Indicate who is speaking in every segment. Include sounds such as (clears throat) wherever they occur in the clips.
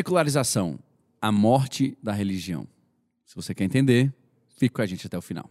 Speaker 1: Secularização, a morte da religião. Se você quer entender, fique com a gente até o final.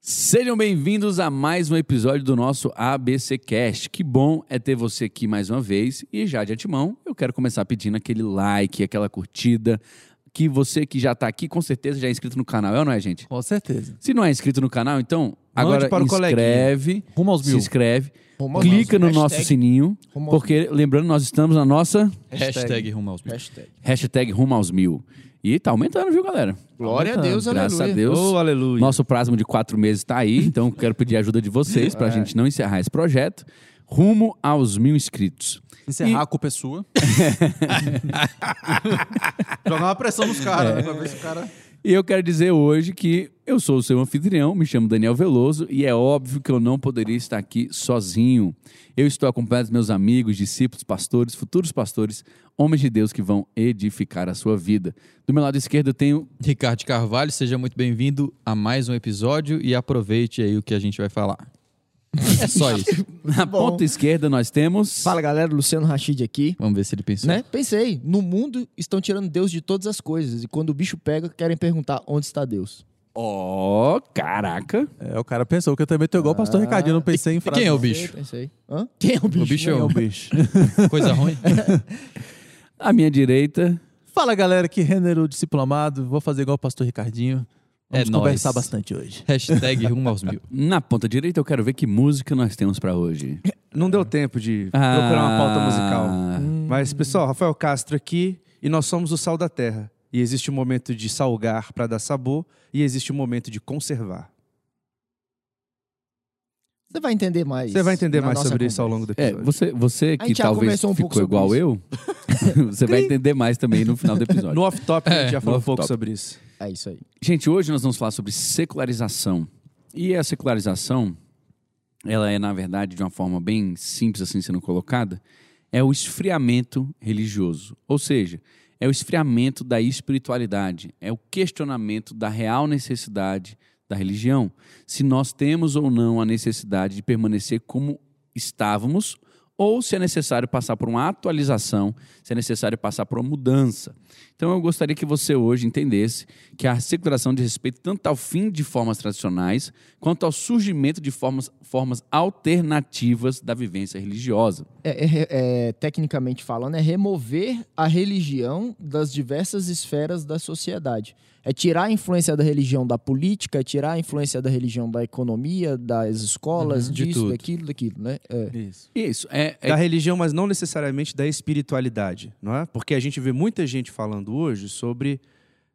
Speaker 1: Sejam bem-vindos a mais um episódio do nosso ABC Cast. Que bom é ter você aqui mais uma vez. E já de antemão, eu quero começar pedindo aquele like, aquela curtida. Que você que já tá aqui, com certeza já é inscrito no canal, é ou não é, gente?
Speaker 2: Com certeza.
Speaker 1: Se não é inscrito no canal, então agora
Speaker 2: para o
Speaker 1: inscreve,
Speaker 2: Rumo aos
Speaker 1: se
Speaker 2: mil.
Speaker 1: inscreve,
Speaker 3: Rumo aos
Speaker 1: clica
Speaker 3: mil.
Speaker 1: no nosso
Speaker 3: Hashtag-
Speaker 1: sininho,
Speaker 3: Rumo aos
Speaker 1: porque lembrando, nós estamos na nossa
Speaker 2: Hashtag, rumo aos mil.
Speaker 3: Hashtag.
Speaker 1: hashtag rumo aos mil. E tá aumentando, viu, galera?
Speaker 3: Glória a
Speaker 1: Aumentando,
Speaker 3: Deus,
Speaker 1: graças
Speaker 3: aleluia.
Speaker 1: a Deus.
Speaker 2: Oh, aleluia.
Speaker 1: Nosso prazo de quatro meses está aí, então eu quero pedir a ajuda de vocês
Speaker 3: É.
Speaker 1: para a gente não encerrar esse projeto. Rumo aos mil inscritos.
Speaker 2: Encerrar a culpa é sua.
Speaker 3: Jogar uma pressão nos caras, né? Pra ver se o cara.
Speaker 1: E eu quero dizer hoje que eu sou o seu anfitrião, me chamo Daniel Veloso e é óbvio que eu não poderia estar aqui sozinho. Eu estou acompanhado dos meus amigos, discípulos, pastores, futuros pastores, homens de Deus que vão edificar a sua vida. Do meu lado esquerdo eu tenho
Speaker 2: Ricardo Carvalho, seja muito bem-vindo a mais um episódio e aproveite aí o que a gente vai falar. É só isso.
Speaker 1: na
Speaker 3: Bom.
Speaker 1: ponta esquerda nós temos
Speaker 3: Fala galera, Luciano Rachid aqui.
Speaker 2: Vamos ver se ele pensou.
Speaker 3: Né? Pensei, no mundo estão tirando Deus de todas as coisas. E quando o bicho pega, querem perguntar onde está Deus.
Speaker 1: Oh, caraca.
Speaker 4: É, o cara pensou que eu também tô igual o pastor Ricardinho, não pensei em
Speaker 2: E
Speaker 4: frase.
Speaker 2: quem é o
Speaker 3: Pensei,
Speaker 2: bicho?
Speaker 3: Pensei. Hã? Quem é o bicho?
Speaker 2: O bicho é
Speaker 4: Quem é o
Speaker 2: o...
Speaker 4: bicho? (laughs)
Speaker 2: coisa ruim.
Speaker 1: À minha direita
Speaker 4: Fala galera, que Renner o disciplamado, vou fazer igual o pastor Ricardinho. Vamos
Speaker 2: É
Speaker 4: conversar
Speaker 2: nóis.
Speaker 4: bastante hoje.
Speaker 2: Hashtag rumo aos mil.
Speaker 1: Na ponta direita eu quero ver que música nós temos pra
Speaker 5: (laughs)
Speaker 1: hoje.
Speaker 5: Não deu tempo de
Speaker 1: Ah.
Speaker 5: procurar uma pauta musical. Mas, pessoal, Rafael Castro aqui e nós somos o sal da terra. E existe o momento de salgar para dar sabor e existe o momento de conservar.
Speaker 3: Você vai entender mais.
Speaker 5: Você vai entender
Speaker 3: na
Speaker 5: mais
Speaker 3: nossa
Speaker 5: sobre isso ao longo do
Speaker 1: É,
Speaker 5: episódio.
Speaker 1: você, você
Speaker 3: A
Speaker 1: que
Speaker 3: gente já
Speaker 1: talvez
Speaker 3: conversou um pouco
Speaker 1: ficou
Speaker 3: sobre
Speaker 1: igual eu, (laughs) você vai entender mais também no final do episódio.
Speaker 5: No off-top a
Speaker 2: É,
Speaker 5: gente já
Speaker 1: no
Speaker 5: falou um
Speaker 1: off
Speaker 5: pouco
Speaker 1: top.
Speaker 5: sobre isso.
Speaker 3: conversa. É isso aí.
Speaker 1: Gente, hoje nós vamos falar sobre secularização. E a secularização, ela é, na verdade, de uma forma bem simples assim sendo colocada, é o esfriamento religioso. Ou seja, é o esfriamento da espiritualidade, é o questionamento da real necessidade da religião, se nós temos ou não a necessidade de permanecer como estávamos ou se é necessário passar por uma atualização, se é necessário passar por uma mudança. Então eu gostaria que você hoje entendesse que a seculação de respeito tanto ao fim de formas tradicionais quanto ao surgimento de formas, formas alternativas da vivência religiosa.
Speaker 3: É, é re- é, tecnicamente falando, é remover a religião das diversas esferas da sociedade. É tirar a influência da religião da política, é tirar a influência da religião da economia, das escolas,
Speaker 2: Uhum, de
Speaker 3: disso,
Speaker 2: tudo.
Speaker 3: daquilo, daquilo, né? É.
Speaker 4: Isso.
Speaker 1: Isso, é, é
Speaker 5: Da religião, mas não necessariamente da espiritualidade, não é? Porque a gente vê muita gente falando hoje sobre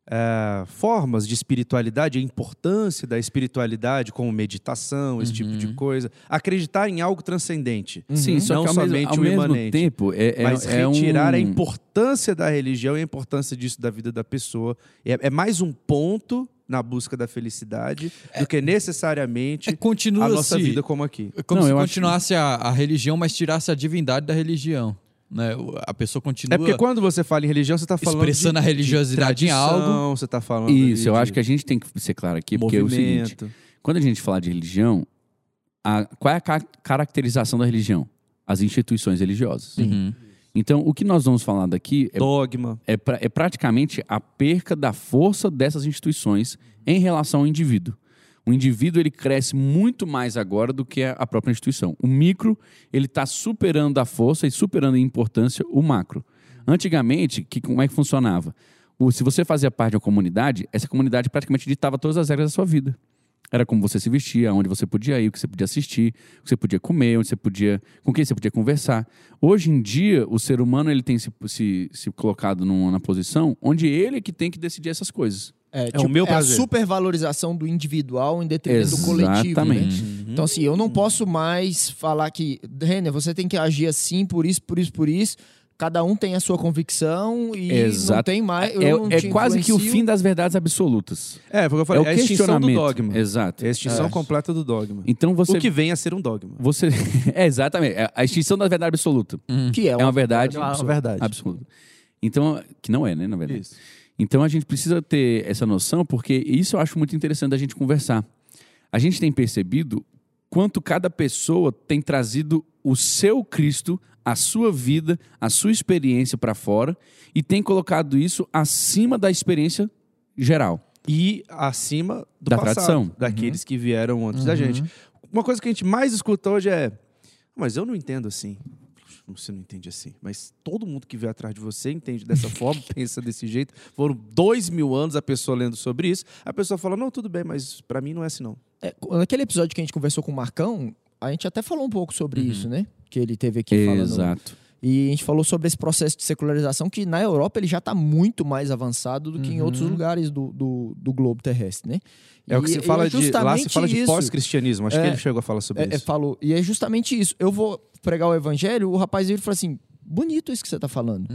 Speaker 5: eh, formas de espiritualidade, a importância da espiritualidade, como meditação, esse tipo de coisa. Acreditar em algo transcendente.
Speaker 1: Uhum. sim, só
Speaker 5: Tá, não
Speaker 1: que ao mesmo,
Speaker 5: somente
Speaker 1: ao
Speaker 5: o
Speaker 1: mesmo
Speaker 5: imanente.
Speaker 1: tempo é, é,
Speaker 5: Mas
Speaker 1: é um-
Speaker 5: retirar a importância da religião e a importância disso da vida da pessoa é, é mais um ponto na busca da felicidade do que necessariamente a
Speaker 1: É,
Speaker 2: Continua
Speaker 5: nossa
Speaker 2: se...
Speaker 5: vida como aqui.
Speaker 2: É Como
Speaker 1: Não,
Speaker 2: se
Speaker 1: eu acho-
Speaker 2: continuasse a, a religião, mas tirasse a divindade da religião. Né? O- A pessoa continua...
Speaker 5: É porque quando você fala em religião, você está falando
Speaker 2: Expressando
Speaker 5: de,
Speaker 2: a religiosidade
Speaker 5: de
Speaker 2: em
Speaker 5: tradição,
Speaker 2: algo.
Speaker 5: Você está falando
Speaker 1: Isso, eu acho que a gente tem que ser claro aqui, porque é o seguinte, Quando a gente fala de religião, a- qual é a ca- caracterização da religião? As instituições religiosas.
Speaker 2: Uhum.
Speaker 1: Então, o que nós vamos falar daqui é,
Speaker 5: dogma.
Speaker 1: é pra- é praticamente a perca da força dessas instituições em relação ao indivíduo. O indivíduo ele cresce muito mais agora do que a- a própria instituição. O micro ele está superando a força e superando em importância o macro. Antigamente, que, como é que funcionava? O- se você fazia parte de uma comunidade, essa comunidade praticamente ditava todas as regras da sua vida. Era como você se vestia, aonde você podia ir, o que você podia assistir, o que você podia comer, onde você podia, com quem você podia conversar. Hoje em dia, o ser humano ele tem se, se, se colocado numa, na posição onde ele é que tem que decidir essas coisas.
Speaker 3: É,
Speaker 5: o meu
Speaker 3: é a
Speaker 5: prazer.
Speaker 3: supervalorização do individual em detrimento do coletivo. né?
Speaker 1: Exatamente.
Speaker 3: Então, assim,
Speaker 5: Hum.
Speaker 3: eu não posso mais falar que, Renner, você tem que agir assim, por isso, por isso, por isso. Cada um tem a sua convicção e não
Speaker 1: Exato.
Speaker 3: tem mais. eu
Speaker 1: É,
Speaker 3: não
Speaker 1: é
Speaker 3: te
Speaker 1: quase que o
Speaker 3: influencio.
Speaker 1: fim das verdades absolutas.
Speaker 5: É, foi o que eu falei,
Speaker 1: é o
Speaker 5: a extinção do
Speaker 1: questionamento.
Speaker 5: dogma.
Speaker 1: Exato.
Speaker 5: É a extinção
Speaker 3: É.
Speaker 5: completa do dogma.
Speaker 1: Então você.
Speaker 5: O que vem a ser um dogma.
Speaker 1: (laughs) você (laughs) é, exatamente. É a extinção da verdade absoluta.
Speaker 3: Que é,
Speaker 5: Hum.
Speaker 1: É uma verdade
Speaker 4: É uma verdade.
Speaker 1: absoluta. Então, que não é, né, na verdade.
Speaker 4: Isso.
Speaker 1: Então a gente precisa ter essa noção, porque isso eu acho muito interessante da gente conversar. A gente tem percebido quanto cada pessoa tem trazido o seu Cristo, a sua vida, a sua experiência para fora e tem colocado isso acima da experiência geral.
Speaker 5: E acima do
Speaker 1: Da
Speaker 5: passado,
Speaker 1: tradição. Uhum.
Speaker 5: Daqueles que vieram antes da gente. Uma coisa que a gente mais escuta hoje é: mas eu não entendo assim. Você não entende assim, mas todo mundo que veio atrás de você
Speaker 1: (laughs)
Speaker 5: entende dessa forma, pensa desse jeito. Foram dois mil anos a pessoa lendo sobre isso. A pessoa fala: não, tudo bem, mas pra mim não é assim não.
Speaker 3: É, naquele episódio que a gente conversou com o Marcão, a gente até falou um pouco sobre
Speaker 5: Uhum.
Speaker 3: isso, né? Que ele teve aqui falando
Speaker 1: Exato.
Speaker 3: E a gente falou sobre esse processo de secularização que na Europa ele já está muito mais avançado do que em outros lugares do, do, do globo terrestre, né?
Speaker 5: Uhum. É o que
Speaker 3: E-
Speaker 5: se fala
Speaker 3: e
Speaker 5: de. Lá se
Speaker 3: justamente
Speaker 5: fala de
Speaker 3: isso.
Speaker 5: pós-cristianismo. Acho
Speaker 3: É.
Speaker 5: que ele chegou a falar sobre
Speaker 3: É, é,
Speaker 5: isso.
Speaker 3: falou, e é justamente isso. Eu vou pregar o evangelho, o rapaz vira e fala assim: bonito isso que você está falando,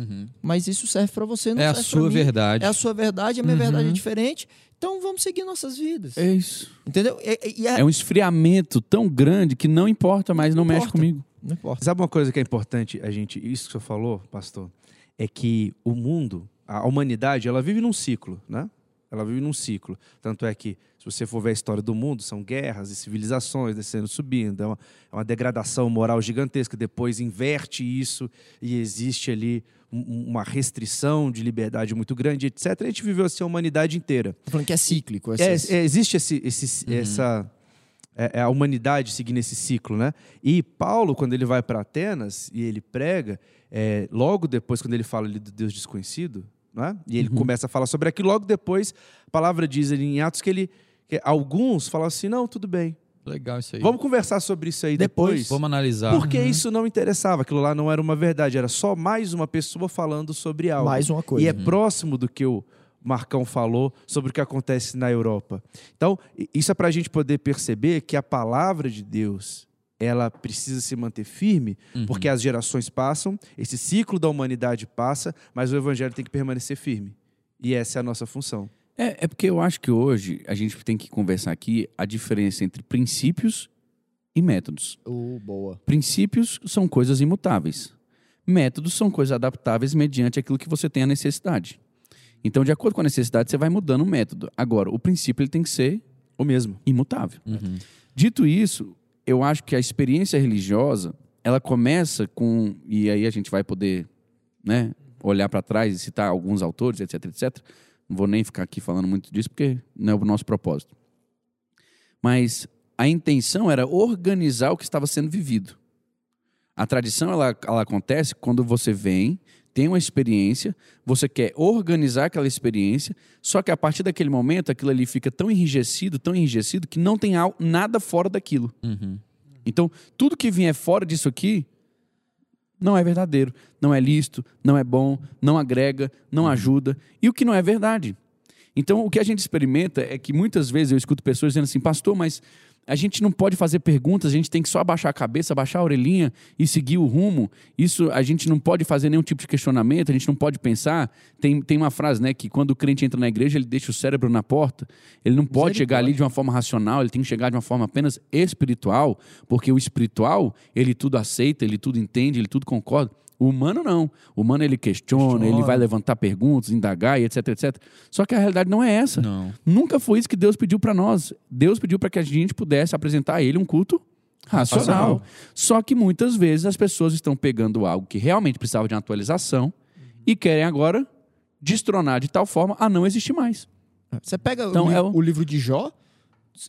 Speaker 3: mas isso serve para você, não
Speaker 2: É a
Speaker 3: serve pra
Speaker 2: sua
Speaker 3: mim.
Speaker 2: verdade.
Speaker 3: É a sua verdade, a minha verdade é diferente. Então vamos seguir nossas vidas.
Speaker 1: É isso.
Speaker 3: Entendeu? E, e- e é-
Speaker 1: É um esfriamento tão grande que não importa mais, não, mexe
Speaker 3: importa.
Speaker 1: comigo.
Speaker 3: Não importa.
Speaker 5: Sabe uma coisa que é importante a gente, isso que o senhor falou, pastor, é que o mundo, a humanidade, ela vive num ciclo, né? Ela vive num ciclo. Tanto é que, se você for ver a história do mundo, são guerras e civilizações descendo, subindo. É uma, é uma degradação moral gigantesca. Depois inverte isso e existe ali um- um- uma restrição de liberdade muito grande, etc. A gente viveu assim a humanidade inteira.
Speaker 3: Tô falando que é cíclico.
Speaker 5: É,
Speaker 3: essas-
Speaker 5: é, existe esse, esse- essa é, é a humanidade seguindo esse ciclo, né? E Paulo, quando ele vai para Atenas e ele prega, é, logo depois, quando ele fala ali do Deus desconhecido, né? e ele começa a falar sobre aquilo, logo depois, a palavra diz ali em Atos que ele. que alguns falam assim: não, tudo bem,
Speaker 2: Legal isso aí.
Speaker 5: vamos conversar sobre isso aí
Speaker 2: Depois
Speaker 5: depois. Uhum.
Speaker 2: vamos analisar.
Speaker 5: Porque isso não interessava, aquilo lá não era uma verdade, era só mais uma pessoa falando sobre algo.
Speaker 3: Mais uma coisa.
Speaker 5: E é próximo do que o Marcão falou sobre o que acontece na Europa. Então, i- isso é para a gente poder perceber que a palavra de Deus ela precisa se manter firme, porque as gerações passam, esse ciclo da humanidade passa, mas o evangelho tem que permanecer firme. E essa é a nossa função.
Speaker 1: É, é porque eu acho que hoje a gente tem que conversar aqui a diferença entre princípios e métodos.
Speaker 3: Oh, boa.
Speaker 1: Princípios são coisas imutáveis. Métodos são coisas adaptáveis mediante aquilo que você tem a necessidade. Então, de acordo com a necessidade, você vai mudando o método. Agora, o princípio ele tem que ser
Speaker 5: O mesmo.
Speaker 1: imutável.
Speaker 2: Uhum.
Speaker 1: Dito isso, eu acho que a experiência religiosa, ela começa com, e aí a gente vai poder, né, olhar para trás e citar alguns autores, etc, etc. Não vou nem ficar aqui falando muito disso porque não é o nosso propósito. Mas a intenção era organizar o que estava sendo vivido. A tradição ela, ela acontece quando você vem, tem uma experiência, você quer organizar aquela experiência, só que a partir daquele momento aquilo ali fica tão enrijecido, tão enrijecido, que não tem al- nada fora daquilo.
Speaker 2: Uhum.
Speaker 1: Então, tudo que vier fora disso aqui não é verdadeiro, não é lícito, não é bom, não agrega, não ajuda. E o que não é verdade? Então, o que a gente experimenta é que muitas vezes eu escuto pessoas dizendo assim, pastor, mas a gente não pode fazer perguntas, a gente tem que só abaixar a cabeça, abaixar a orelhinha e seguir o rumo. Isso a gente não pode fazer nenhum tipo de questionamento, a gente não pode pensar. Tem, tem uma frase, né, que quando o crente entra na igreja, ele deixa o cérebro na porta. Ele não pode chegar ali de uma forma racional, ele tem que chegar de uma forma apenas espiritual, porque o espiritual, ele tudo aceita, ele tudo entende, ele tudo concorda. O humano não. O humano ele questiona, ele vai levantar perguntas, indagar e etc, etc. Só que a realidade não é essa.
Speaker 2: Não.
Speaker 1: Nunca foi isso que Deus pediu para nós. Deus pediu para que a gente pudesse apresentar a ele um culto racional. Só que muitas vezes as pessoas estão pegando algo que realmente precisava de uma atualização e querem agora destronar de tal forma a não existir mais.
Speaker 3: Você pega
Speaker 1: Então,
Speaker 3: o, li-
Speaker 1: é o-
Speaker 3: o livro de Jó,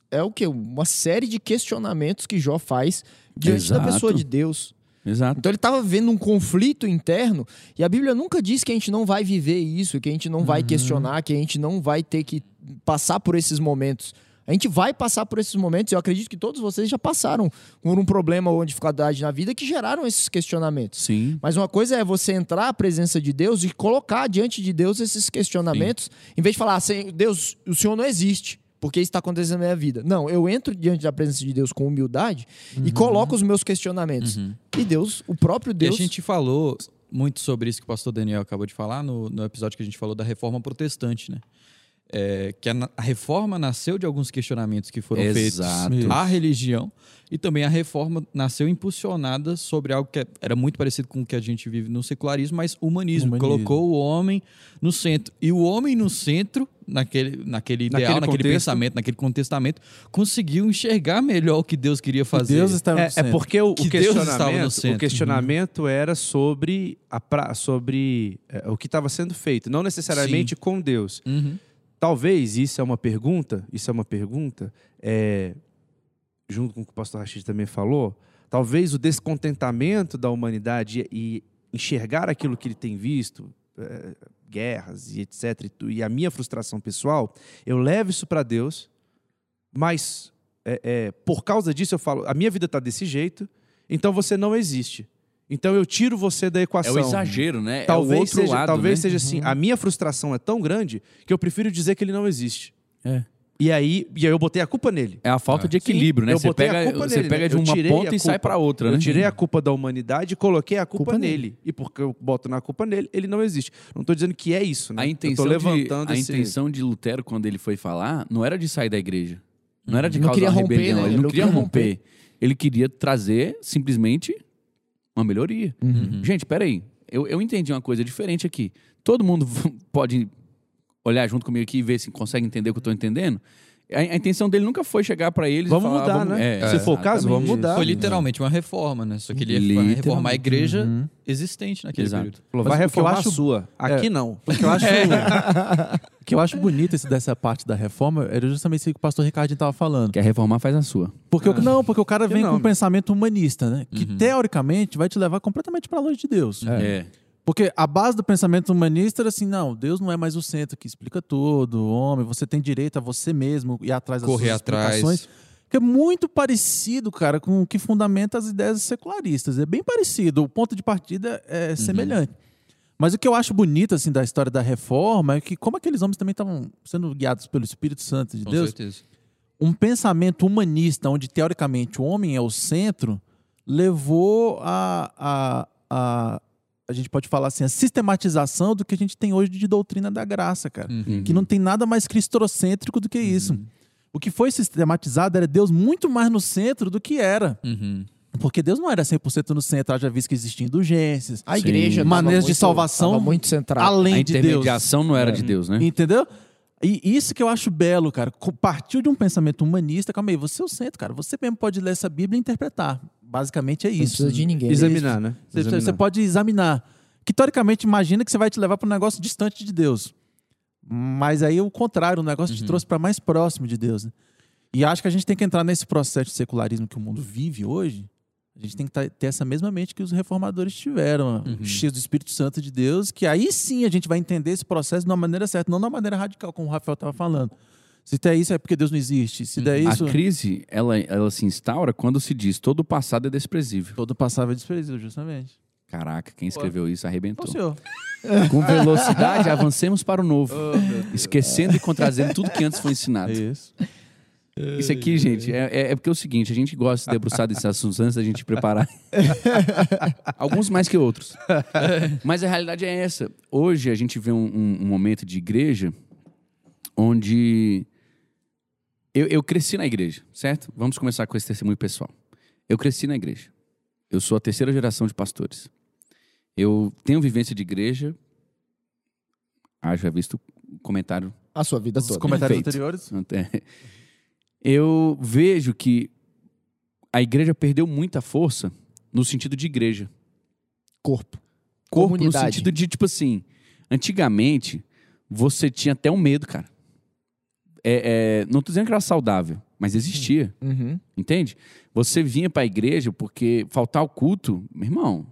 Speaker 3: é o quê? Uma série de questionamentos que Jó faz diante da
Speaker 1: Exato.
Speaker 3: pessoa de Deus.
Speaker 1: Exato.
Speaker 3: Então ele estava vivendo um conflito interno e a Bíblia nunca diz que a gente não vai viver isso, que a gente não vai questionar, que a gente não vai ter que passar por esses momentos. A gente vai passar por esses momentos e eu acredito que todos vocês já passaram por um problema ou uma dificuldade na vida que geraram esses questionamentos.
Speaker 1: Sim.
Speaker 3: Mas uma coisa é você entrar à presença de Deus e colocar diante de Deus esses questionamentos, em vez de falar, "Sen- Deus, o Senhor não existe, porque isso está acontecendo na minha vida. Não, eu entro diante da presença de Deus com humildade e coloco os meus questionamentos. E Deus, o próprio
Speaker 2: E a
Speaker 3: Deus.
Speaker 2: gente falou muito sobre isso que o pastor Daniel acabou de falar no, no episódio que a gente falou da reforma protestante, né? É, que a, na- a reforma nasceu de alguns questionamentos que foram
Speaker 1: Exato.
Speaker 2: feitos à religião e também a reforma nasceu impulsionada sobre algo que é- era muito parecido com o que a gente vive no secularismo, mas humanismo.
Speaker 4: Humanismo.
Speaker 2: Colocou o homem no centro. E o homem no centro, naquele, naquele ideal,
Speaker 5: Naquele
Speaker 2: naquele,
Speaker 5: contexto.
Speaker 2: pensamento, naquele contestamento, conseguiu enxergar melhor o que Deus queria fazer.
Speaker 4: Deus estava no
Speaker 5: É, é
Speaker 4: centro.
Speaker 5: porque o, o
Speaker 2: Que Deus estava no
Speaker 5: questionamento,
Speaker 2: centro.
Speaker 5: o questionamento era sobre, a pra- sobre é, o que estava sendo feito, não necessariamente com Deus.
Speaker 2: Uhum.
Speaker 5: Talvez isso é uma pergunta, isso é uma pergunta, é, junto com o que o pastor Rachid também falou, talvez o descontentamento da humanidade e, e enxergar aquilo que ele tem visto, é, guerras e etc, e, tu- e a minha frustração pessoal, eu levo isso para Deus, mas é, é, por causa disso eu falo, a minha vida tá desse jeito, então você não existe. Então eu tiro você da
Speaker 1: É
Speaker 5: equação
Speaker 1: o exagero, né?
Speaker 5: talvez
Speaker 1: é o outro
Speaker 5: seja,
Speaker 1: lado,
Speaker 5: talvez
Speaker 1: né?
Speaker 5: seja assim. A minha frustração é tão grande que eu prefiro dizer que ele não existe.
Speaker 1: É.
Speaker 5: E aí, e aí eu botei a culpa nele.
Speaker 1: É a falta de equilíbrio, né?
Speaker 5: Eu
Speaker 1: Você
Speaker 5: botei a
Speaker 1: pega,
Speaker 5: culpa
Speaker 1: você
Speaker 5: nele,
Speaker 1: pega
Speaker 5: né?
Speaker 1: de
Speaker 5: Eu
Speaker 1: uma
Speaker 5: tirei a
Speaker 1: ponta e sai
Speaker 5: culpa.
Speaker 1: pra outra, né?
Speaker 5: Eu tirei a culpa da humanidade e coloquei a culpa,
Speaker 4: Culpa
Speaker 5: nele. E porque eu boto na culpa nele, ele não existe. Não tô dizendo que é isso, né?
Speaker 1: A intenção,
Speaker 5: eu tô levantando
Speaker 1: de, a
Speaker 5: esse...
Speaker 1: intenção de Lutero, quando ele foi falar, não era de sair da igreja. Não era de
Speaker 3: Não
Speaker 1: causar
Speaker 3: queria romper,
Speaker 1: rebelião.
Speaker 3: né?
Speaker 1: Ele não queria romper. Ele queria trazer, simplesmente, uma melhoria. Gente, peraí. Eu, eu entendi uma coisa diferente aqui. Todo mundo (laughs) pode olhar junto comigo aqui e ver se consegue entender o que eu tô entendendo. A, a intenção dele nunca foi chegar para eles
Speaker 5: Vamos
Speaker 1: e falar...
Speaker 5: mudar,
Speaker 1: "Vamos-"
Speaker 5: né?
Speaker 1: É,
Speaker 5: Se for o caso, vamos
Speaker 1: exatamente.
Speaker 5: mudar.
Speaker 2: Foi literalmente uma reforma, né? Só que ele ia
Speaker 1: Literalmente.
Speaker 2: reformar a igreja existente naquele
Speaker 1: Exato.
Speaker 2: período.
Speaker 5: Falou,
Speaker 4: Mas o
Speaker 5: Vai
Speaker 4: que eu
Speaker 5: reformar
Speaker 4: acho-
Speaker 5: a sua.
Speaker 1: É.
Speaker 5: Aqui não.
Speaker 4: O que eu
Speaker 1: (laughs)
Speaker 4: acho, o que eu acho bonito esse- dessa parte da reforma era justamente isso que o pastor Ricardinho estava falando.
Speaker 1: Quer reformar, faz a sua.
Speaker 4: Porque o- não, porque o cara
Speaker 5: Que
Speaker 4: vem
Speaker 5: não,
Speaker 4: com um
Speaker 5: meu.
Speaker 4: pensamento humanista, né? Que teoricamente vai te levar completamente para longe de Deus.
Speaker 1: É.
Speaker 4: Porque a base do pensamento humanista era assim, não, Deus não é mais o centro que explica tudo, homem, você tem direito a você mesmo ir atrás das
Speaker 2: Correr
Speaker 4: suas
Speaker 2: atrás.
Speaker 4: explicações. Que é muito parecido, cara, com o que fundamenta as ideias secularistas. É bem parecido, o ponto de partida é
Speaker 2: Uhum.
Speaker 4: semelhante. Mas o que eu acho bonito, assim, da história da reforma é que como aqueles homens também estavam sendo guiados pelo Espírito Santo de
Speaker 2: Com
Speaker 4: Deus,
Speaker 2: certeza.
Speaker 4: um pensamento humanista, onde teoricamente o homem é o centro, levou a, a, a, a gente pode falar assim, a sistematização do que a gente tem hoje de doutrina da graça, cara.
Speaker 1: Uhum.
Speaker 4: Que não tem nada mais cristocêntrico do que isso. O que foi sistematizado era Deus muito mais no centro do que era.
Speaker 2: Uhum.
Speaker 4: Porque Deus não era 100% no centro, haja visto que existiam indulgências,
Speaker 3: A
Speaker 1: Sim.
Speaker 3: igreja tava
Speaker 4: Maneiras de
Speaker 3: muito-
Speaker 4: salvação
Speaker 3: tava muito central.
Speaker 1: A
Speaker 4: além de Deus. Uhum.
Speaker 1: intermediação não era de Deus, né?
Speaker 4: Entendeu? E isso que eu acho belo, cara. Co- Partiu de um pensamento humanista. Calma aí, você é o centro, cara. Você mesmo pode ler essa Bíblia e interpretar. Basicamente é
Speaker 3: Não
Speaker 4: isso.
Speaker 3: precisa de ninguém.
Speaker 5: Examinar, né?
Speaker 4: Você,
Speaker 5: Examinar.
Speaker 4: você pode examinar. Que teoricamente imagina que você vai te levar para um negócio distante de Deus. Mas aí é o contrário, o negócio te trouxe para mais próximo de Deus. né? E acho que a gente tem que entrar nesse processo de secularismo que o mundo vive hoje. A gente tem que tá- ter essa mesma mente que os reformadores tiveram, o X do Espírito Santo de Deus, que aí sim a gente vai entender esse processo de uma maneira certa, não de uma maneira radical, como o Rafael estava falando. Se der isso é porque Deus não existe. Se der É isso,
Speaker 1: A crise, ela, ela se instaura quando se diz todo o passado é desprezível.
Speaker 4: todo passável é desprezível, justamente.
Speaker 1: Caraca, quem escreveu isso
Speaker 4: Então,
Speaker 1: arrebentou.
Speaker 4: senhor.
Speaker 1: Com velocidade, avancemos para o
Speaker 4: (laughs)
Speaker 1: novo.
Speaker 4: Oh,
Speaker 1: esquecendo e contradizendo tudo que antes foi ensinado.
Speaker 4: é isso.
Speaker 1: Isso aqui, gente, é, é- é porque é o seguinte: a gente gosta de debruçar desses assuntos antes da gente preparar. Alguns mais que outros. Mas a realidade é essa. Hoje a gente vê um, um- um momento de igreja onde. Eu, eu cresci na igreja, certo? Vamos começar com esse testemunho pessoal. Eu cresci na igreja. Eu sou a terceira geração de pastores. Eu tenho vivência de igreja. Ah, já visto o comentário
Speaker 3: A sua vida
Speaker 4: Os
Speaker 3: toda.
Speaker 4: comentários
Speaker 1: Perfeito.
Speaker 4: anteriores.
Speaker 1: até. Eu vejo que a igreja perdeu muita força no sentido de igreja.
Speaker 3: Corpo.
Speaker 1: Corpo no
Speaker 3: Comunidade.
Speaker 1: sentido de, tipo assim, antigamente você tinha até um medo, cara. É, é, não tô dizendo que era saudável, mas existia.
Speaker 3: Uhum.
Speaker 1: Entende? Você vinha pra igreja porque faltar o culto, meu irmão,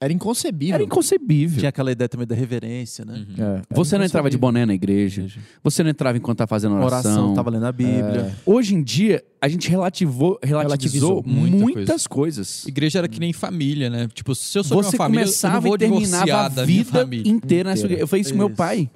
Speaker 3: Era inconcebível.
Speaker 1: era inconcebível.
Speaker 4: Tinha aquela ideia também da reverência, né?
Speaker 2: Uhum.
Speaker 3: É, era
Speaker 1: Você não entrava de
Speaker 3: inconcebível.
Speaker 1: boné na igreja. Você não entrava enquanto tá fazendo
Speaker 4: Oração, estava lendo a Bíblia.
Speaker 1: Hoje em dia, a gente relativou, relativizou,
Speaker 3: Relativizou
Speaker 2: muita
Speaker 1: muitas coisas.
Speaker 2: Igreja era que nem família, né? Tipo, se eu sou de
Speaker 1: Você
Speaker 2: uma família, eu não
Speaker 1: começava
Speaker 2: vou
Speaker 1: e terminava
Speaker 2: divorciar
Speaker 1: a
Speaker 2: da minha
Speaker 1: vida
Speaker 2: família.
Speaker 1: inteira nessa igreja. Eu falei isso com meu
Speaker 4: Isso.
Speaker 1: pai.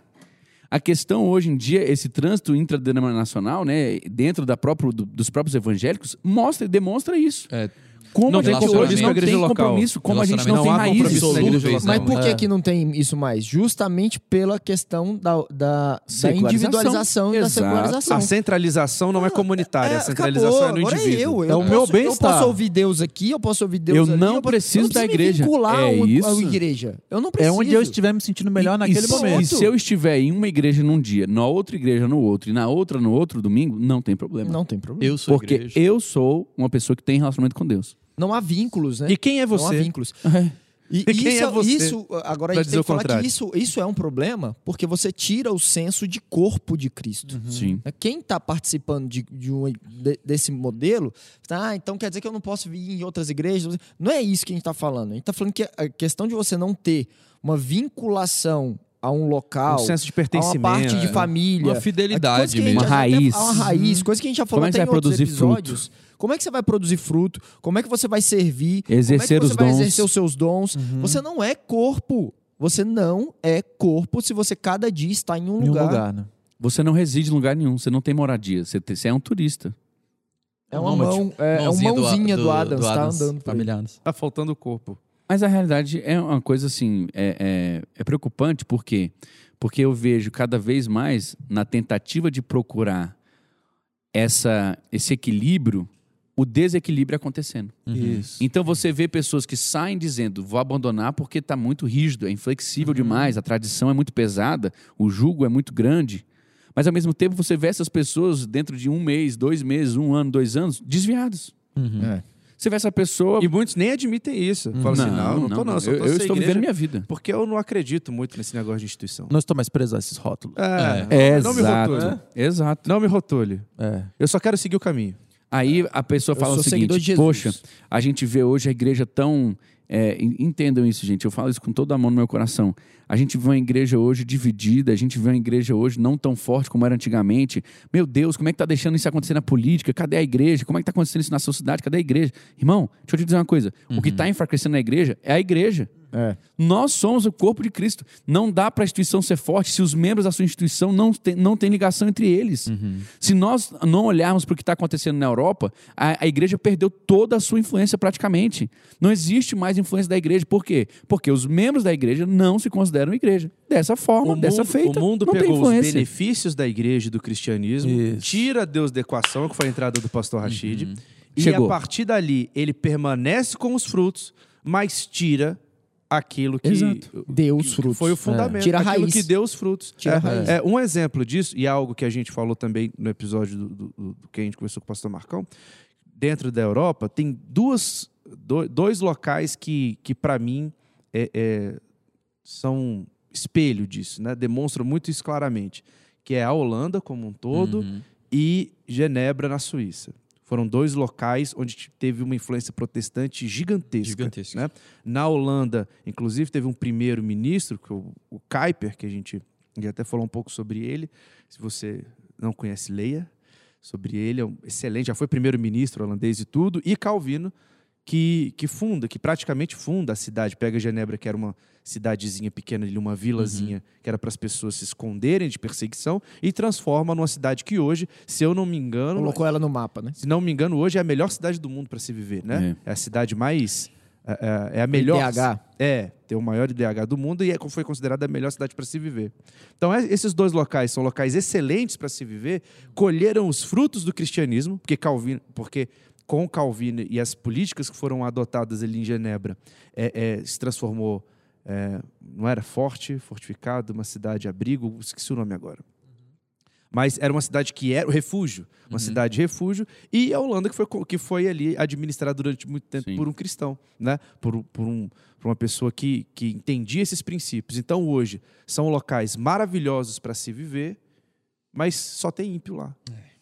Speaker 1: A questão hoje em dia, esse trânsito intradenominacional, né, dentro da próprio, do- dos próprios evangélicos, mostra e demonstra isso.
Speaker 2: É,
Speaker 1: como
Speaker 2: Não
Speaker 1: a gente
Speaker 2: tem
Speaker 1: hoje
Speaker 2: compromisso
Speaker 1: não
Speaker 2: com a
Speaker 1: tem
Speaker 5: igreja local.
Speaker 1: compromisso, como a gente não, tem
Speaker 2: Relacionamento não há
Speaker 1: raízes.
Speaker 2: compromisso na igreja
Speaker 1: solúveis,
Speaker 2: local.
Speaker 1: né?
Speaker 3: Mas por que,
Speaker 2: é.
Speaker 3: que não tem isso mais? Justamente pela questão da, da, da
Speaker 1: Secularização.
Speaker 3: individualização e da
Speaker 1: Exato.
Speaker 3: secularização.
Speaker 5: A centralização não é comunitária, a centralização
Speaker 3: acabou,
Speaker 5: é no
Speaker 3: agora
Speaker 5: indivíduo.
Speaker 3: eu,
Speaker 4: É o
Speaker 3: posso-
Speaker 4: meu
Speaker 3: Eu
Speaker 4: bem-estar.
Speaker 3: posso ouvir Deus aqui, eu posso ouvir Deus
Speaker 1: Eu
Speaker 3: ali.
Speaker 1: não
Speaker 3: posso-
Speaker 1: preciso
Speaker 3: eu não
Speaker 1: da igreja.
Speaker 3: Me
Speaker 1: É
Speaker 3: vincular a uma- a
Speaker 1: isso.
Speaker 3: uma igreja. Eu não
Speaker 4: É
Speaker 3: preciso.
Speaker 4: onde eu estiver me sentindo melhor
Speaker 1: E-
Speaker 4: naquele
Speaker 1: e, se-
Speaker 4: momento.
Speaker 1: E se eu estiver em um uma igreja num dia, na outra igreja no outro, e na outra no outro domingo, não tem problema.
Speaker 3: Não tem problema.
Speaker 2: Eu sou
Speaker 1: Porque
Speaker 2: igreja.
Speaker 1: eu sou uma pessoa que tem relacionamento com Deus.
Speaker 3: Não há vínculos, né?
Speaker 5: E quem é
Speaker 3: Não há
Speaker 5: você?
Speaker 3: vínculos.
Speaker 5: E,
Speaker 3: isso,
Speaker 5: quem é você?
Speaker 3: isso- agora a
Speaker 5: pra
Speaker 3: gente
Speaker 5: dizer
Speaker 3: tem
Speaker 5: o
Speaker 3: que falar
Speaker 5: contrário?
Speaker 3: que isso, isso é um problema, porque você tira o senso de corpo de Cristo.
Speaker 1: Sim.
Speaker 3: Né? Quem está participando de, de um- de- desse modelo, tá, ah, então quer dizer que eu não posso vir em outras igrejas. Não é isso que a gente está falando. A gente está falando que a questão de você não ter uma vinculação a um
Speaker 5: Um
Speaker 3: local,
Speaker 5: senso de
Speaker 3: a uma
Speaker 5: pertencimento.
Speaker 3: parte de
Speaker 5: é.
Speaker 3: família,
Speaker 2: Uma
Speaker 3: Coisa que
Speaker 2: fidelidade
Speaker 3: a gente
Speaker 1: Uma
Speaker 2: mesmo.
Speaker 3: já até-
Speaker 1: raiz.
Speaker 3: Uma raiz, coisa que a gente já falou
Speaker 1: Como é que
Speaker 3: até
Speaker 1: você vai
Speaker 3: em outros
Speaker 1: produzir
Speaker 3: episódios. Como é que você vai produzir fruto? Como é que você vai servir?
Speaker 1: Exercer
Speaker 3: Como é que
Speaker 1: os
Speaker 3: você vai
Speaker 1: dons. Uhum.
Speaker 3: exercer os seus dons? Você não é corpo. Você não é corpo se você cada dia está em um
Speaker 4: Em um
Speaker 3: lugar.
Speaker 4: lugar, né?
Speaker 1: Você não reside em lugar nenhum, você não tem moradia, você, te- você é um turista.
Speaker 3: É uma
Speaker 2: Nômade.
Speaker 3: mão, é, é uma
Speaker 2: Mãozinha do-
Speaker 3: mãozinha do,
Speaker 2: do-
Speaker 3: Adams,
Speaker 2: do
Speaker 3: está
Speaker 2: Adams,
Speaker 3: andando por aí.
Speaker 2: Família Adams.
Speaker 5: Tá faltando o corpo.
Speaker 1: Mas a realidade é uma coisa assim, é, é- é preocupante, por quê? Porque eu vejo cada vez mais na tentativa de procurar essa, esse equilíbrio, o desequilíbrio acontecendo.
Speaker 4: Isso.
Speaker 1: Então você vê pessoas que saem dizendo vou abandonar porque está muito rígido, é inflexível demais, a tradição é muito pesada, o jugo é muito grande. Mas ao mesmo tempo você vê essas pessoas dentro de um mês, dois meses, um ano, dois anos, desviados.
Speaker 3: É.
Speaker 1: Você vê essa pessoa.
Speaker 5: E muitos nem admitem isso. Falam assim, não, não, tô não. só
Speaker 1: Eu,
Speaker 5: tô
Speaker 1: eu
Speaker 5: nessa
Speaker 1: estou
Speaker 5: igreja
Speaker 1: vivendo minha vida.
Speaker 5: Porque eu não acredito muito nesse negócio de instituição.
Speaker 4: Não estou mais preso a esses rótulos.
Speaker 5: É, não me rotule.
Speaker 1: Exato.
Speaker 5: Não me rotule.
Speaker 4: É.
Speaker 5: Eu só quero seguir o caminho.
Speaker 1: Aí a pessoa
Speaker 3: É. Eu
Speaker 1: fala o
Speaker 3: sou seguidor de
Speaker 1: seguinte:
Speaker 3: Jesus.
Speaker 1: Poxa, a gente vê hoje a igreja tão. é, en- entendam isso, gente. Eu falo isso com todo amor no meu coração. A gente vê uma igreja hoje dividida, a gente vê uma igreja hoje não tão forte como era antigamente. Meu Deus, como é que tá deixando isso acontecer na política? Cadê a igreja? Como é que tá acontecendo isso na sociedade? Cadê a igreja? Irmão, deixa eu te dizer uma coisa: o
Speaker 3: Uhum.
Speaker 1: que está enfraquecendo na igreja é a igreja.
Speaker 3: É.
Speaker 1: Nós somos o corpo de Cristo. Não dá para a instituição ser forte se os membros da sua instituição não têm não tem ligação entre eles.
Speaker 5: Uhum.
Speaker 1: Se nós não olharmos para o que está acontecendo na Europa, a, a igreja perdeu toda a sua influência praticamente. Não existe mais influência da igreja. Por quê? Porque os membros da igreja não se consideram igreja. Dessa forma, dessa feita.
Speaker 5: o mundo
Speaker 1: não tem
Speaker 5: pegou os
Speaker 1: influência.
Speaker 5: benefícios da igreja e do cristianismo,
Speaker 4: Isso.
Speaker 5: tira Deus da equação, que foi a entrada do pastor Rashid. E
Speaker 1: Chegou.
Speaker 5: a partir dali, ele permanece com os frutos, mas tira aquilo que,
Speaker 1: Exato.
Speaker 3: Deu os
Speaker 5: que- que
Speaker 3: frutos. É.
Speaker 5: foi o fundamento.
Speaker 3: Tira a
Speaker 5: aquilo
Speaker 3: raiz.
Speaker 5: que deu os frutos.
Speaker 3: Tira a
Speaker 5: É,
Speaker 3: raiz.
Speaker 5: é, um exemplo disso, e algo que a gente falou também no episódio do, do- do- do que a gente conversou com o pastor Marcão, dentro da Europa, tem duas, do- dois locais que, que para mim, é- é, são espelho disso, né? Demonstram muito isso claramente. Que é a Holanda como um todo
Speaker 2: Uhum.
Speaker 5: e Genebra na Suíça. Foram dois locais onde teve uma influência protestante gigantesca.
Speaker 2: Gigantesca.
Speaker 5: né? Na Holanda, inclusive, teve um primeiro-ministro, que é o, o Kuyper, que a gente já até falou um pouco sobre ele. Se você não conhece, leia sobre ele. É um excelente, já foi primeiro-ministro holandês e tudo. E Calvino, que, que funda, que praticamente funda a cidade. Pega Genebra, que era uma cidadezinha pequena ali, uma vilazinha, que era para as pessoas se esconderem de perseguição, e transforma numa cidade que hoje, se eu não me engano,
Speaker 3: Colocou ela no mapa, né?
Speaker 5: se não me engano, hoje é a melhor cidade do mundo para se viver, né? É, a cidade mais. É, é- é a melhor.
Speaker 3: IDH.
Speaker 5: É, tem o maior IDH do mundo e é, foi considerada a melhor cidade para se viver. Então, é- esses dois locais são locais excelentes para se viver, colheram os frutos do cristianismo, porque Calvino. Porque com Calvino e as políticas que foram adotadas ali em Genebra, é, é, se transformou. é, não era forte, fortificado, uma cidade abrigo, esqueci o nome agora.
Speaker 2: Uhum.
Speaker 5: Mas era uma cidade que era o refúgio, uma cidade refúgio, e a Holanda que foi, co- que foi ali administrada durante muito tempo
Speaker 1: Sim.
Speaker 5: por um cristão, né? Por, um- por um- por uma pessoa que, que entendia esses princípios. Então hoje são locais maravilhosos para se viver, mas só tem ímpio lá.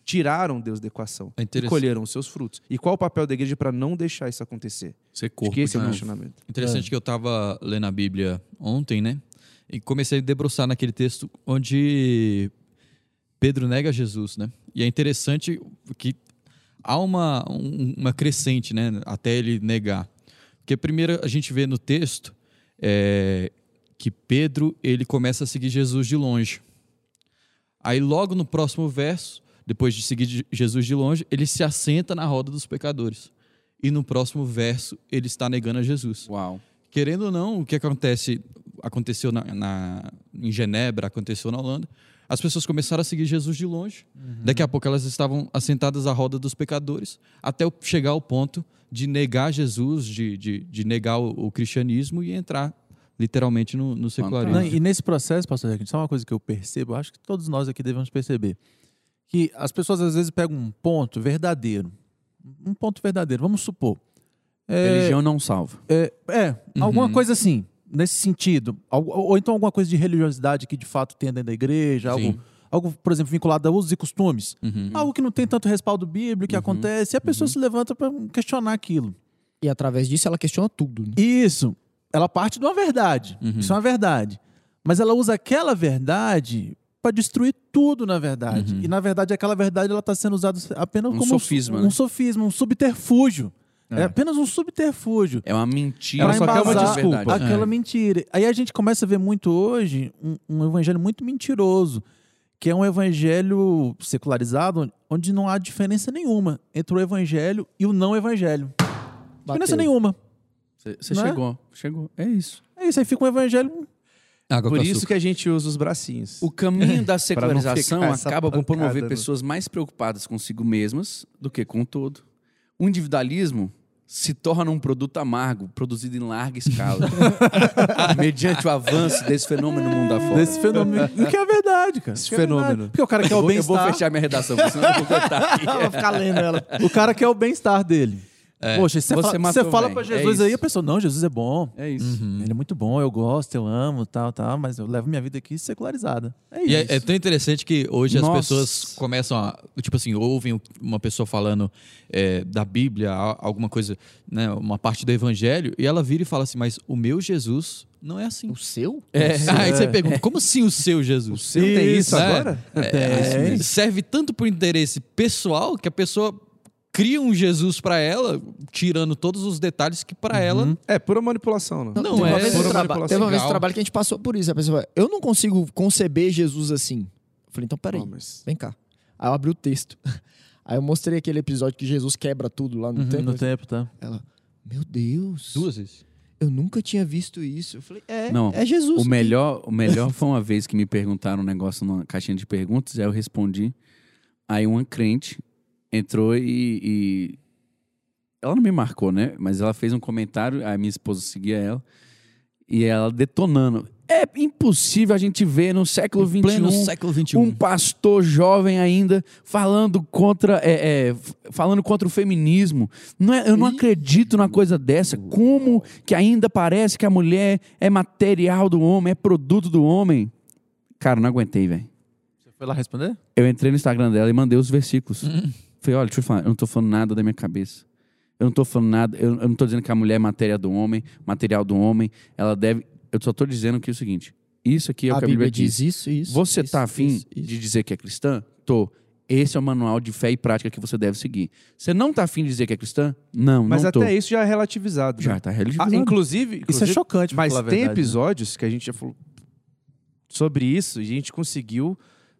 Speaker 5: Tiraram Deus da equação
Speaker 2: É
Speaker 5: e
Speaker 2: interessante.
Speaker 5: colheram os seus frutos. E qual o papel da igreja para não deixar isso acontecer?
Speaker 1: Você
Speaker 5: Acho que
Speaker 2: de
Speaker 5: esse é o meu
Speaker 2: novo.
Speaker 5: questionamento.
Speaker 2: Interessante que eu estava lendo a Bíblia ontem, né? E comecei a debruçar naquele texto onde Pedro nega Jesus, né? E é interessante que há uma, um- uma crescente, né? Até ele negar. Porque primeiro a gente vê no texto é, que Pedro ele começa a seguir Jesus de longe. Aí logo no próximo verso, depois de seguir de- Jesus de longe, ele se assenta na roda dos pecadores. e no próximo verso ele está negando a Jesus.
Speaker 1: Uau.
Speaker 2: Querendo ou não, o que acontece aconteceu na, na- em Genebra, aconteceu na Holanda. As pessoas começaram a seguir Jesus de longe. Daqui a pouco elas estavam assentadas à roda dos pecadores, até o- chegar ao ponto de negar Jesus, de, de, de negar o, o cristianismo e entrar literalmente no, no secularismo.
Speaker 4: Não, e nesse processo, pastor Jack, só uma coisa que eu percebo, eu acho que todos nós aqui devemos perceber, que as pessoas às vezes pegam um ponto verdadeiro, um ponto verdadeiro, vamos supor. É,
Speaker 1: Religião não salva.
Speaker 4: é, é, alguma coisa assim, nesse sentido. Algu- Ou, ou então alguma coisa de religiosidade que de fato tem dentro da igreja,
Speaker 2: Sim.
Speaker 4: algo, algo, por exemplo, vinculado a usos e costumes.
Speaker 2: Uhum.
Speaker 4: Algo que não tem tanto respaldo bíblico, que acontece, e a pessoa se levanta para questionar aquilo.
Speaker 3: E através disso ela questiona tudo. né?
Speaker 4: Isso. Ela parte de uma verdade. Isso é uma verdade. Mas ela usa aquela verdade para destruir tudo, na verdade. E, na verdade, aquela verdade ela está sendo usada apenas
Speaker 1: Um
Speaker 4: como
Speaker 1: sofisma,
Speaker 4: um,
Speaker 1: né?
Speaker 4: sofisma, um subterfúgio. É. apenas um subterfúgio.
Speaker 1: É uma mentira.
Speaker 4: Ela
Speaker 1: Ela
Speaker 4: só quer uma
Speaker 5: desculpa.
Speaker 4: Aquela
Speaker 2: É.
Speaker 4: mentira. Aí a gente começa a ver muito hoje um, um evangelho muito mentiroso, que é um evangelho secularizado, onde- onde não há diferença nenhuma entre o evangelho e o não evangelho. Diferença
Speaker 3: Bateu.
Speaker 4: nenhuma.
Speaker 1: Você
Speaker 4: Não é?
Speaker 1: chegou. Chegou. É isso.
Speaker 4: É isso, aí fica um evangelho
Speaker 2: Água
Speaker 5: Por
Speaker 2: com
Speaker 5: isso
Speaker 2: açúcar.
Speaker 5: que a gente usa os bracinhos.
Speaker 1: O caminho da
Speaker 5: não ficar
Speaker 1: secularização
Speaker 5: essa
Speaker 1: acaba por promover
Speaker 5: pancada, né?
Speaker 1: pessoas mais preocupadas consigo mesmas do que com o todo. O individualismo se torna um produto amargo, produzido em larga escala, mediante o avanço desse fenômeno mundo afora.
Speaker 4: desse fenômeno. O que é verdade, cara.
Speaker 5: Esse
Speaker 4: Que é verdade.
Speaker 5: fenômeno.
Speaker 4: Porque o cara quer
Speaker 1: Eu
Speaker 4: o
Speaker 1: vou, eu vou
Speaker 4: bem-estar.
Speaker 1: fechar minha redação, porque senão eu vou cortar
Speaker 4: (laughs)
Speaker 1: aqui.
Speaker 3: Ela fica lendo ela.
Speaker 4: O cara quer o bem-estar dele. Poxa, você,
Speaker 1: você
Speaker 4: fala,
Speaker 1: matou
Speaker 4: você fala
Speaker 1: bem,
Speaker 4: pra
Speaker 1: é
Speaker 4: Jesus
Speaker 1: isso.
Speaker 4: aí, a pessoa, não, Jesus é bom.
Speaker 1: É isso.
Speaker 4: Ele é muito bom, eu gosto, eu amo, tal, tal, mas eu levo minha vida aqui secularizada. É isso.
Speaker 2: E é, é tão interessante que hoje
Speaker 1: Nossa.
Speaker 2: as pessoas começam a. Tipo assim, ouvem uma pessoa falando é, da Bíblia, a- alguma coisa, né, uma parte do Evangelho, e ela vira e fala assim: Mas o meu Jesus não é assim.
Speaker 3: O seu?
Speaker 2: É. (laughs) Aí você pergunta: Como assim o seu Jesus?
Speaker 5: seu tem isso
Speaker 2: né?
Speaker 5: agora?
Speaker 2: É,
Speaker 4: isso mesmo.
Speaker 2: serve tanto para interesse pessoal que a pessoa cria um Jesus para ela, tirando todos os detalhes que para ela.
Speaker 5: É, pura manipulação, né?
Speaker 2: Não
Speaker 3: Teve uma
Speaker 2: é.
Speaker 3: vez no
Speaker 2: Foram
Speaker 3: traba-
Speaker 5: manipulação.
Speaker 3: Teve uma vez no
Speaker 2: Legal.
Speaker 3: trabalho que a gente passou por isso. A pessoa fala, eu não consigo conceber Jesus assim. Eu falei, então peraí,
Speaker 5: Ah, mas-
Speaker 3: vem cá. Aí eu abri o texto. (laughs) Aí eu mostrei aquele episódio que Jesus quebra tudo lá no
Speaker 4: Uhum,
Speaker 3: templo.
Speaker 4: no tempo, tá?
Speaker 3: Ela, meu Deus,
Speaker 2: Duas vezes.
Speaker 3: eu nunca tinha visto isso. Eu falei, é,
Speaker 1: Não,
Speaker 3: é Jesus.
Speaker 1: O melhor, o melhor foi uma vez que me perguntaram um negócio numa caixinha de perguntas, aí eu respondi. Aí uma crente entrou e, e- Ela não me marcou, né? Mas ela fez um comentário, a minha esposa seguia ela, e ela detonando. É impossível a gente ver no século XXI
Speaker 2: Pleno século XXI.
Speaker 1: um pastor jovem ainda falando contra é, é, f- falando contra o feminismo. Não é- eu não acredito numa coisa dessa. Como que ainda parece que a mulher é material do homem, é produto do homem? Cara, não aguentei, velho.
Speaker 4: Você foi lá responder? Hum.
Speaker 1: Eu entrei no Instagram dela e mandei os versículos. Falei, olha, deixa eu falar, eu não tô falando nada da minha cabeça. Eu não tô falando nada, eu, eu não tô dizendo que a mulher é matéria do homem, material do homem, ela deve. Eu só tô dizendo que é o seguinte: isso aqui é o
Speaker 3: a
Speaker 1: que
Speaker 3: Bíblia,
Speaker 1: a Bíblia diz.
Speaker 3: diz isso, isso.
Speaker 1: Você
Speaker 3: isso,
Speaker 1: tá afim
Speaker 3: isso, isso.
Speaker 1: de dizer que é cristã? Tô. Esse é o manual de fé e prática que você deve seguir. Você não tá afim de dizer que é cristã? Não,
Speaker 5: Mas
Speaker 1: não tô.
Speaker 5: até isso já é relativizado. né?
Speaker 1: Já tá
Speaker 5: Ah,
Speaker 1: religioso.
Speaker 5: inclusive,
Speaker 4: Isso é
Speaker 5: inclusive,
Speaker 4: chocante, pra
Speaker 5: Mas
Speaker 4: falar a
Speaker 5: tem
Speaker 4: verdade, né?
Speaker 5: episódios que a gente já falou sobre isso e a gente conseguiu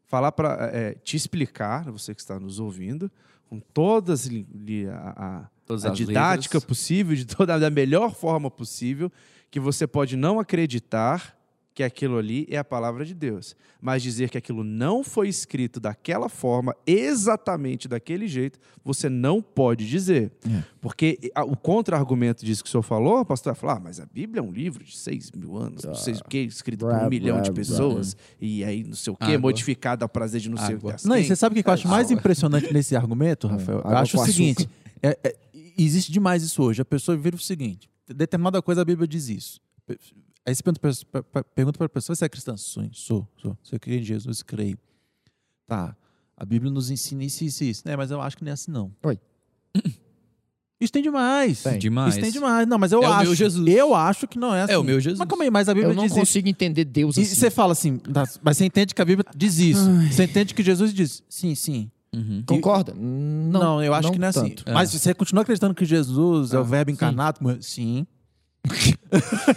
Speaker 5: falar para te explicar, né, você que está nos ouvindo, com todas li- li- a,
Speaker 1: Todas
Speaker 5: a- a
Speaker 1: as
Speaker 5: didática
Speaker 1: letras.
Speaker 5: possível, de toda da melhor forma possível, que você pode não acreditar que aquilo ali é a palavra de Deus, mas dizer que aquilo não foi escrito daquela forma, exatamente daquele jeito, você não pode dizer.
Speaker 4: É.
Speaker 5: Porque eh, a- o contra-argumento disso que o senhor falou, pastor, vai falar, ah, mas a Bíblia é um livro de 6 mil anos, não
Speaker 4: Ah,
Speaker 5: sei o quê, escrito por
Speaker 3: Brá,
Speaker 5: um milhão
Speaker 3: brá,
Speaker 5: de
Speaker 3: brá.
Speaker 5: pessoas, e aí não sei o quê,
Speaker 2: Água.
Speaker 5: modificado ao prazer de não sei o Assim, que.
Speaker 2: Água.
Speaker 5: das
Speaker 4: Não, e
Speaker 5: quem.
Speaker 4: você sabe o que que eu acho mais
Speaker 2: Água.
Speaker 4: impressionante nesse argumento, Rafael? Eu
Speaker 3: água
Speaker 4: acho
Speaker 3: com
Speaker 4: o seguinte: é- é- existe demais isso hoje. A pessoa vira o seguinte: determinada coisa a Bíblia diz isso. Pe- Aí você pergunta pra pessoa- pra- pra pergunta para a pessoa se é cristã. Sou, sou, sou. Se eu creio em Jesus, creio. Tá. A Bíblia nos ensina isso, isso, isso. né? mas eu acho que não é assim, não.
Speaker 3: Oi.
Speaker 4: (clears throat) Isso tem demais.
Speaker 3: Tem.
Speaker 2: Demais.
Speaker 4: Isso tem demais. Não, mas eu
Speaker 2: É o
Speaker 4: acho.
Speaker 2: meu Jesus.
Speaker 4: Eu acho que não é assim.
Speaker 2: É o meu Jesus.
Speaker 4: Mas calma aí, mas a Bíblia
Speaker 3: Eu não
Speaker 4: diz isso.
Speaker 3: consigo entender Deus
Speaker 4: E
Speaker 3: assim.
Speaker 4: você fala assim, tá, mas você entende que a Bíblia diz isso. Você entende que Jesus diz, sim, sim.
Speaker 2: Uhum.
Speaker 3: Concorda? Não,
Speaker 4: Não, eu acho que não é
Speaker 3: tanto. Ah,
Speaker 4: assim. Mas você continua acreditando que Jesus é o verbo encarnado? como- Sim.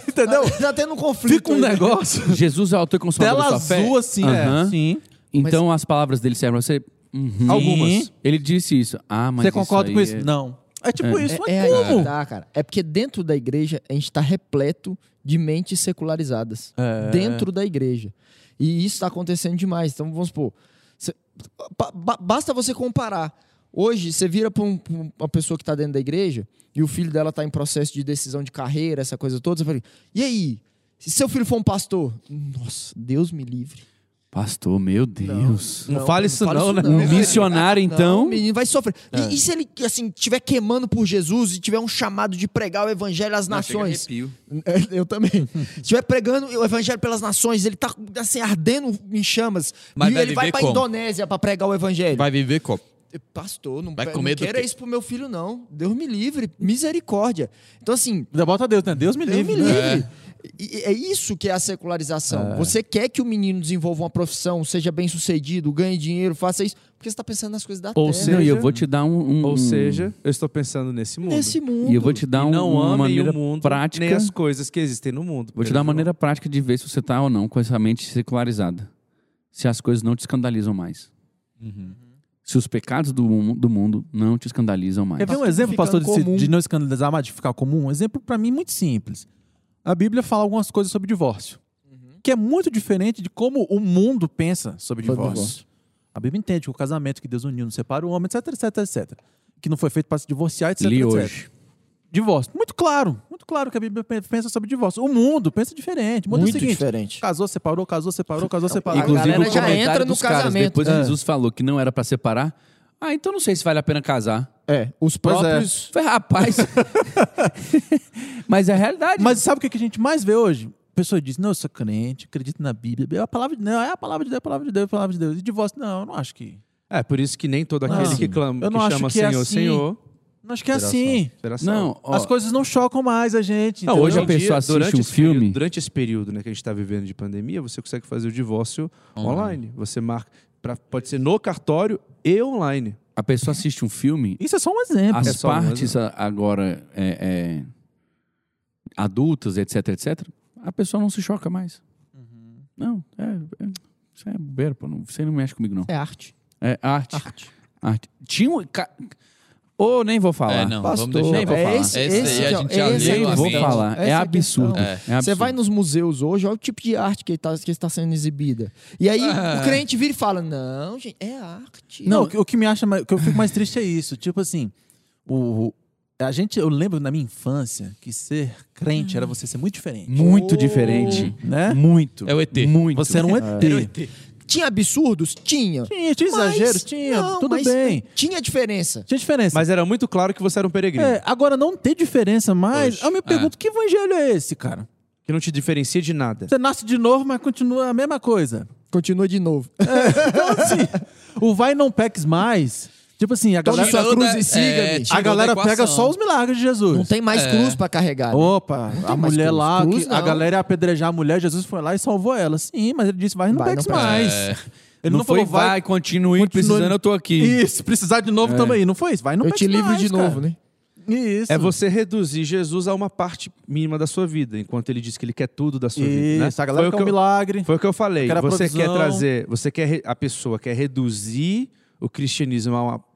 Speaker 4: Entendeu?
Speaker 3: Tá tendo um conflito.
Speaker 4: Fica um
Speaker 3: aí, né?
Speaker 4: (laughs) negócio,
Speaker 1: Jesus é o autor e consumador
Speaker 4: tela
Speaker 1: da sua fé.
Speaker 4: azul assim.
Speaker 1: Aham.
Speaker 4: Sim.
Speaker 1: Então as palavras dele servem pra você? Uhum.
Speaker 4: Algumas.
Speaker 1: Ele disse isso. Ah, mas
Speaker 4: Você concorda
Speaker 1: isso
Speaker 4: com
Speaker 1: aí
Speaker 4: isso?
Speaker 1: é-
Speaker 4: Não. É tipo isso, mas
Speaker 3: É, é aí que
Speaker 4: como?
Speaker 3: tá, cara. É porque dentro da igreja a gente está repleto de mentes secularizadas.
Speaker 4: É.
Speaker 3: Dentro da igreja. E isso está acontecendo demais. Então, vamos supor. cê- ba- ba- basta você comparar. Hoje, você vira para um, uma pessoa que está dentro da igreja e o filho dela está em processo de decisão de carreira, essa coisa toda. Você fala, e aí? Se seu filho for um pastor? Nossa, Deus me livre.
Speaker 1: é- Pastor, meu Deus.
Speaker 5: Não fala isso não, né?
Speaker 1: Um missionário, então.
Speaker 3: Não, o menino vai sofrer. E- E, se ele, assim, tiver queimando por Jesus e tiver um chamado de pregar o evangelho às nações? É, Eu também. Se tiver pregando o evangelho pelas nações, ele tá, assim, ardendo em chamas.
Speaker 2: Mas
Speaker 3: e
Speaker 2: vai
Speaker 3: ele vai
Speaker 2: viver
Speaker 3: pra
Speaker 2: como?
Speaker 3: Indonésia pra pregar o evangelho.
Speaker 2: Vai viver como?
Speaker 3: Pastor, não,
Speaker 2: Vai
Speaker 3: pe-
Speaker 2: comer
Speaker 3: não
Speaker 2: do
Speaker 3: queira
Speaker 2: quê?
Speaker 3: isso pro meu filho, não. Deus me livre. Misericórdia. Então, assim,
Speaker 4: Ainda Bota Deus, né? Deus me
Speaker 3: Deus
Speaker 4: livre.
Speaker 3: me
Speaker 4: né?
Speaker 3: livre. E- e É isso que é a secularização. Você quer que o menino desenvolva uma profissão, seja bem sucedido, ganhe dinheiro, faça isso, porque você está pensando nas coisas da
Speaker 5: Ou
Speaker 3: terra.
Speaker 5: seja-
Speaker 1: Não, e eu vou te dar um. um-
Speaker 5: Ou seja, eu estou pensando nesse mundo.
Speaker 3: Nesse mundo.
Speaker 1: E eu vou te dar
Speaker 5: E
Speaker 1: um-
Speaker 5: não
Speaker 1: uma
Speaker 5: amem
Speaker 1: maneira
Speaker 5: o mundo,
Speaker 1: prática.
Speaker 5: nem as coisas que existem no mundo.
Speaker 1: Vou te dar uma maneira prática de ver se você tá ou não com essa mente secularizada. Se as coisas não te escandalizam mais. Se os pecados do, mu- do mundo não te escandalizam mais.
Speaker 4: Quer ver um
Speaker 3: tudo
Speaker 4: exemplo, pastor, de,
Speaker 3: ficando
Speaker 4: se-
Speaker 3: comum.
Speaker 4: de não escandalizar, mas de ficar comum? Um exemplo para mim muito simples. A Bíblia fala algumas coisas sobre divórcio, que é muito diferente de como o mundo pensa sobre
Speaker 3: Sobre
Speaker 4: divórcio.
Speaker 3: divórcio.
Speaker 4: A Bíblia entende que o casamento que Deus uniu não separa o homem, etc, etc, etc. Que não foi feito para se divorciar, etc,
Speaker 1: Li
Speaker 4: etc.
Speaker 1: hoje.
Speaker 4: Divórcio. Muito claro, muito claro que a Bíblia pe- pensa sobre divórcio. O mundo pensa diferente. O mundo é o
Speaker 3: Muito
Speaker 4: seguinte,
Speaker 3: diferente.
Speaker 4: Casou, separou, casou, separou, casou, separou.
Speaker 1: Inclusive,
Speaker 3: galera
Speaker 1: o
Speaker 3: já
Speaker 1: comentário
Speaker 3: entra no
Speaker 1: dos caras,
Speaker 3: casamento.
Speaker 1: Depois
Speaker 4: É.
Speaker 1: Jesus falou que não era pra separar. Ah, então não sei se vale a pena casar.
Speaker 3: É, os
Speaker 4: Pois é.
Speaker 3: próprios.
Speaker 1: Falei, rapaz.
Speaker 3: (laughs)
Speaker 1: Mas é a realidade.
Speaker 4: Mas sabe o que que a gente mais vê hoje? A pessoa diz, não, eu sou crente, acredito na Bíblia. É a palavra de Deus, é a palavra de Deus, é a palavra de Deus, é a palavra de Deus. E divórcio, não, eu não acho que...
Speaker 5: É, por isso que nem todo aquele
Speaker 4: Não.
Speaker 5: que, clama,
Speaker 4: Eu não
Speaker 5: que
Speaker 4: acho
Speaker 5: chama
Speaker 4: que é
Speaker 5: Senhor,
Speaker 4: assim.
Speaker 5: Senhor.
Speaker 4: Não acho que é assim.
Speaker 5: será salvo.
Speaker 1: Não, ó,
Speaker 4: As coisas não chocam mais a gente.
Speaker 1: Não,
Speaker 4: entendeu?
Speaker 1: hoje a
Speaker 5: Hoje em
Speaker 1: pessoa
Speaker 5: dia,
Speaker 1: assiste um
Speaker 5: esse período-
Speaker 1: filme.
Speaker 5: durante esse período né, que a gente está vivendo de pandemia, você consegue fazer o divórcio online. Você marca. pra- pode ser no cartório e online.
Speaker 1: A pessoa assiste um filme
Speaker 4: Isso é só um exemplo.
Speaker 1: as
Speaker 5: É só um
Speaker 1: partes a- agora é, é, adultas, etc, etc, a pessoa não se choca mais.
Speaker 2: Uhum.
Speaker 1: Não, é, é, isso é bobeira, pô, não, você não mexe comigo, não.
Speaker 3: É arte.
Speaker 1: É arte. Arte. Tinha um... ca- Ou nem vou falar.
Speaker 2: É, não,
Speaker 3: Pastor,
Speaker 2: vamos deixar.
Speaker 1: nem vou
Speaker 2: pra lá.
Speaker 1: falar.
Speaker 3: esse-
Speaker 2: Esse
Speaker 3: esse
Speaker 2: aí a
Speaker 3: que é-
Speaker 2: gente já
Speaker 3: esse é
Speaker 2: leu
Speaker 1: nem
Speaker 3: a
Speaker 2: a
Speaker 1: vou
Speaker 2: mente.
Speaker 3: questão.
Speaker 1: falar.
Speaker 3: Essa é
Speaker 1: É
Speaker 3: a
Speaker 1: absurdo.
Speaker 3: questão.
Speaker 1: é
Speaker 3: Você
Speaker 1: absurdo.
Speaker 3: vai nos museus hoje, olha o tipo de arte que está que está sendo exibida. E aí
Speaker 2: Ah.
Speaker 3: o crente vira e fala: Não, gente, é arte.
Speaker 4: Não, o que- o que me acha, mais- o que eu fico mais triste é isso. Tipo assim, o a gente, eu lembro na minha infância que ser crente era você ser muito diferente,
Speaker 1: Muito diferente.
Speaker 4: né?
Speaker 1: Muito. É.
Speaker 2: É o ET.
Speaker 1: Muito.
Speaker 4: Você era um ET.
Speaker 3: Tinha absurdos? Tinha.
Speaker 4: Tinha, tinha exageros,
Speaker 3: Mas-
Speaker 4: tinha,
Speaker 3: não,
Speaker 4: tudo
Speaker 3: mas
Speaker 4: bem.
Speaker 3: Tinha diferença.
Speaker 4: Tinha diferença.
Speaker 5: Mas era muito claro que você era um peregrino.
Speaker 4: É, agora não ter diferença mais,
Speaker 2: Hoje,
Speaker 4: eu me pergunto que evangelho é esse, cara?
Speaker 5: Que não te diferencia de nada.
Speaker 4: Você nasce de novo, mas continua a mesma coisa.
Speaker 3: Continua de novo.
Speaker 4: Então, assim, o vai não peques mais. Tipo assim, a
Speaker 3: Tome
Speaker 4: galera,
Speaker 3: sua cruz e siga-me.
Speaker 2: é,
Speaker 3: A
Speaker 4: a
Speaker 2: tirou
Speaker 4: galera
Speaker 2: da
Speaker 4: pega
Speaker 2: equação.
Speaker 4: só os milagres de Jesus.
Speaker 3: Não tem mais
Speaker 2: É.
Speaker 3: cruz pra carregar. né?
Speaker 4: Opa,
Speaker 3: Não tem
Speaker 4: a
Speaker 3: mais
Speaker 4: mulher
Speaker 3: cruz.
Speaker 4: lá,
Speaker 3: Cruz
Speaker 4: que a
Speaker 3: não.
Speaker 4: galera ia apedrejar a mulher, Jesus foi lá e salvou ela. Sim, mas ele disse, vai, não
Speaker 3: Vai,
Speaker 4: peques
Speaker 3: não peques.
Speaker 4: mais.
Speaker 2: É.
Speaker 4: Ele
Speaker 1: não,
Speaker 4: não,
Speaker 1: foi,
Speaker 4: falou, vai,
Speaker 1: vai, continue,
Speaker 4: continue.
Speaker 1: precisando, eu tô aqui.
Speaker 4: e se precisar de novo, também. Não foi isso, vai, não
Speaker 3: Eu
Speaker 4: peques
Speaker 3: te livro
Speaker 4: mais,
Speaker 3: de
Speaker 4: é cara.
Speaker 3: novo, né?
Speaker 4: Isso.
Speaker 5: É você reduzir Jesus a uma parte mínima da sua vida, enquanto ele diz que ele quer tudo da sua vida. Né?
Speaker 4: Isso, a galera
Speaker 5: foi,
Speaker 4: quer
Speaker 5: o
Speaker 4: um
Speaker 5: que eu,
Speaker 4: milagre.
Speaker 5: foi o é que eu falei.
Speaker 4: quer a
Speaker 5: Você quer
Speaker 4: provisão.
Speaker 5: trazer, você quer re- a pessoa quer reduzir o cristianismo a uma,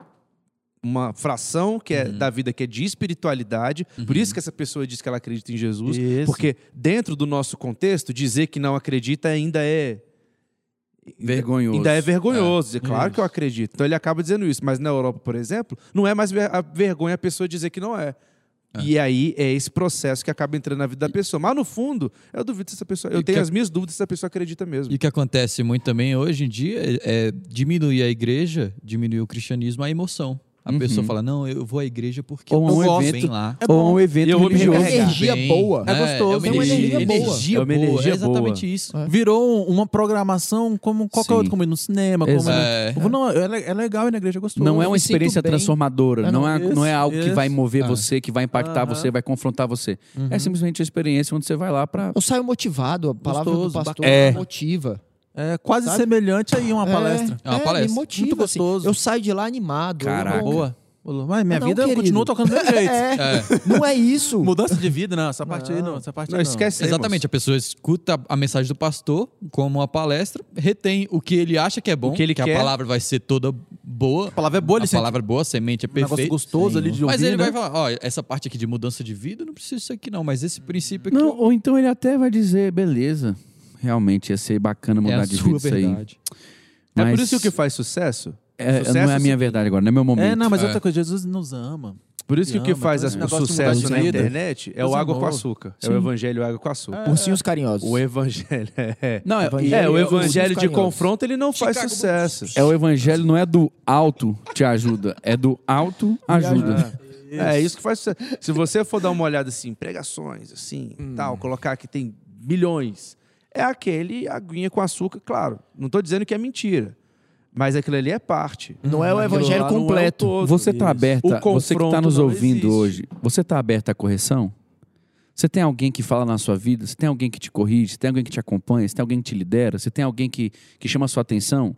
Speaker 5: uma fração que é da vida que é de espiritualidade. Por isso que essa pessoa diz que ela acredita em Jesus,
Speaker 4: Isso.
Speaker 5: porque dentro do nosso contexto dizer que não acredita ainda é
Speaker 1: Vergonhoso.
Speaker 5: Ainda é vergonhoso. É, claro que eu acredito. Então ele acaba dizendo isso. Mas na Europa, por exemplo, não é mais ver- a vergonha a pessoa dizer que não é. E aí é esse processo que acaba entrando na vida da pessoa. Mas no fundo, eu duvido se essa pessoa. Eu
Speaker 2: E
Speaker 5: tenho
Speaker 2: que-
Speaker 5: as minhas dúvidas se essa pessoa acredita mesmo.
Speaker 2: E o que acontece muito também hoje em dia é é diminuir a igreja, diminuir o cristianismo, a emoção. A
Speaker 1: Uhum.
Speaker 2: pessoa fala, não, eu vou à igreja porque
Speaker 1: Ou
Speaker 2: eu
Speaker 1: um
Speaker 2: gosto
Speaker 1: evento.
Speaker 2: bem lá.
Speaker 4: É
Speaker 1: Ou
Speaker 4: bom.
Speaker 1: um evento
Speaker 5: Eu vou me
Speaker 1: religioso.
Speaker 3: recarregar. energia
Speaker 2: Bem,
Speaker 3: boa.
Speaker 4: É gostoso.
Speaker 2: uma
Speaker 3: É uma
Speaker 2: energia,
Speaker 3: energia boa.
Speaker 2: energia
Speaker 5: É uma
Speaker 2: boa,
Speaker 5: energia
Speaker 2: é exatamente
Speaker 5: boa.
Speaker 2: isso.
Speaker 4: Virou um, uma programação como qualquer
Speaker 1: Sim.
Speaker 4: outra, como ir no cinema, como...
Speaker 1: Exato.
Speaker 4: Eu vou, Não, é, le- é legal ir na igreja, é gostoso.
Speaker 1: Não é uma
Speaker 3: me sinto
Speaker 1: experiência
Speaker 3: bem.
Speaker 1: transformadora,
Speaker 4: É,
Speaker 1: não,
Speaker 4: não,
Speaker 1: é,
Speaker 4: isso,
Speaker 1: não é algo que
Speaker 4: isso.
Speaker 1: vai mover
Speaker 2: Ah.
Speaker 1: você, que vai impactar
Speaker 4: Aham.
Speaker 1: você, vai confrontar você. É simplesmente a experiência onde você vai lá pra.
Speaker 3: Eu saio motivado. A palavra
Speaker 4: Gostoso,
Speaker 3: do pastor
Speaker 1: bacana. É.
Speaker 3: motiva.
Speaker 4: É quase
Speaker 3: Sabe?
Speaker 4: semelhante aí a uma palestra.
Speaker 2: É uma palestra.
Speaker 3: Me motiva,
Speaker 4: Muito
Speaker 3: assim.
Speaker 4: gostoso.
Speaker 3: Eu saio de lá animado.
Speaker 1: Caraca.
Speaker 3: Eu-
Speaker 4: Boa. Boa. Mas minha
Speaker 3: Não,
Speaker 4: vida
Speaker 3: querido.
Speaker 4: continua tocando do mesmo jeito.
Speaker 3: É, não é isso.
Speaker 4: Mudança de vida, não. Essa parte aí não. Essa parte
Speaker 5: Não,
Speaker 4: aí
Speaker 5: esquece
Speaker 2: Exatamente, a pessoa escuta a mensagem do pastor como uma palestra, retém o que ele acha que é bom,
Speaker 5: O que ele
Speaker 2: a
Speaker 5: quer.
Speaker 2: palavra vai ser toda boa.
Speaker 4: A palavra é boa,
Speaker 2: a
Speaker 4: ele sente
Speaker 2: palavra é boa, a semente é
Speaker 4: um negócio
Speaker 2: perfeita.
Speaker 4: gostoso
Speaker 3: Sim.
Speaker 4: ali de ouvir,
Speaker 2: Mas ele
Speaker 4: né?
Speaker 2: vai falar, ó, essa parte aqui de mudança de vida, não precisa disso aqui não, mas esse princípio aqui
Speaker 1: Não, ou então ele até vai dizer, beleza, realmente ia ser bacana
Speaker 2: é
Speaker 1: mudar
Speaker 2: a
Speaker 1: de
Speaker 2: sua
Speaker 1: vida isso aí.
Speaker 2: verdade.
Speaker 5: É por
Speaker 1: Mas
Speaker 5: isso que o que faz sucesso?
Speaker 1: é-
Speaker 5: sucesso assim,
Speaker 1: não é a minha
Speaker 5: se-
Speaker 1: verdade agora, não é meu momento.
Speaker 4: É, não, mas
Speaker 2: É.
Speaker 4: outra coisa, Jesus nos ama.
Speaker 5: Por isso que o que
Speaker 4: Ama,
Speaker 5: faz
Speaker 4: todo
Speaker 5: as-
Speaker 4: esse
Speaker 5: o
Speaker 4: negócio de
Speaker 5: sucesso
Speaker 4: mudar
Speaker 5: na
Speaker 4: de vida.
Speaker 5: internet é o
Speaker 4: Deus é
Speaker 5: água com
Speaker 4: amor.
Speaker 5: açúcar. É
Speaker 3: Sim. É.
Speaker 5: o evangelho água com açúcar.
Speaker 3: Ursinhos carinhosos.
Speaker 5: O evangelho é.
Speaker 1: Não, é,
Speaker 3: Evangelho.
Speaker 5: É, o
Speaker 3: Ursinhos
Speaker 5: evangelho de
Speaker 3: carinhosos.
Speaker 5: confronto ele não faz
Speaker 2: Chicago Bulls.
Speaker 5: sucesso.
Speaker 1: é o evangelho, não é do alto te ajuda, é do alto ajuda.
Speaker 5: É isso que faz sucesso. Se você for dar uma olhada assim, pregações, assim, tal, colocar que tem milhões, é aquele aguinha com açúcar, claro. Não tô dizendo que é mentira, mas aquilo ali é parte.
Speaker 3: Não é o
Speaker 5: Aquilo
Speaker 3: evangelho
Speaker 5: lá não é o
Speaker 3: completo.
Speaker 5: todo.
Speaker 1: Você tá está aberta,
Speaker 5: O
Speaker 1: você que está nos
Speaker 5: confronto não
Speaker 1: ouvindo
Speaker 5: existe.
Speaker 1: hoje, você está aberta à correção? Você tem alguém que fala na sua vida? Você tem alguém que te corrige? Você tem alguém que te acompanha? Você tem alguém que te lidera? Você tem alguém que, que chama a sua atenção?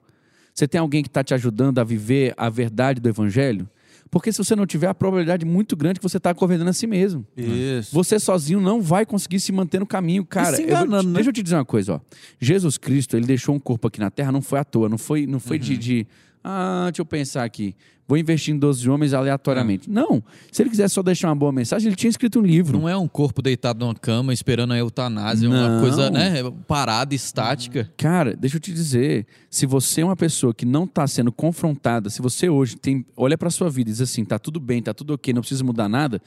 Speaker 1: Você tem alguém que está te ajudando a viver a verdade do evangelho? Porque se você não tiver, a probabilidade é muito grande que você está governando a si mesmo.
Speaker 4: Isso.
Speaker 1: Você sozinho não vai conseguir se manter no caminho, cara.
Speaker 4: se
Speaker 1: Eu vou te-
Speaker 4: enganando, né?
Speaker 1: Deixa eu te dizer uma coisa, ó. Jesus Cristo, ele deixou um corpo aqui na Terra, não foi à toa, não foi, não foi
Speaker 4: Uhum.
Speaker 1: de, de, ah, deixa eu pensar aqui. Vou investir em 12 homens aleatoriamente.
Speaker 4: Uhum.
Speaker 1: Não. Se ele quisesse só deixar uma boa mensagem, ele tinha escrito um livro.
Speaker 2: Não é um corpo deitado numa cama esperando a eutanásia,
Speaker 1: Não.
Speaker 2: uma coisa, né, parada, estática.
Speaker 1: Cara, deixa eu te dizer, se você é uma pessoa que não está sendo confrontada, se você hoje tem, olha para sua vida e diz assim, tá tudo bem, tá tudo ok, não precisa mudar nada,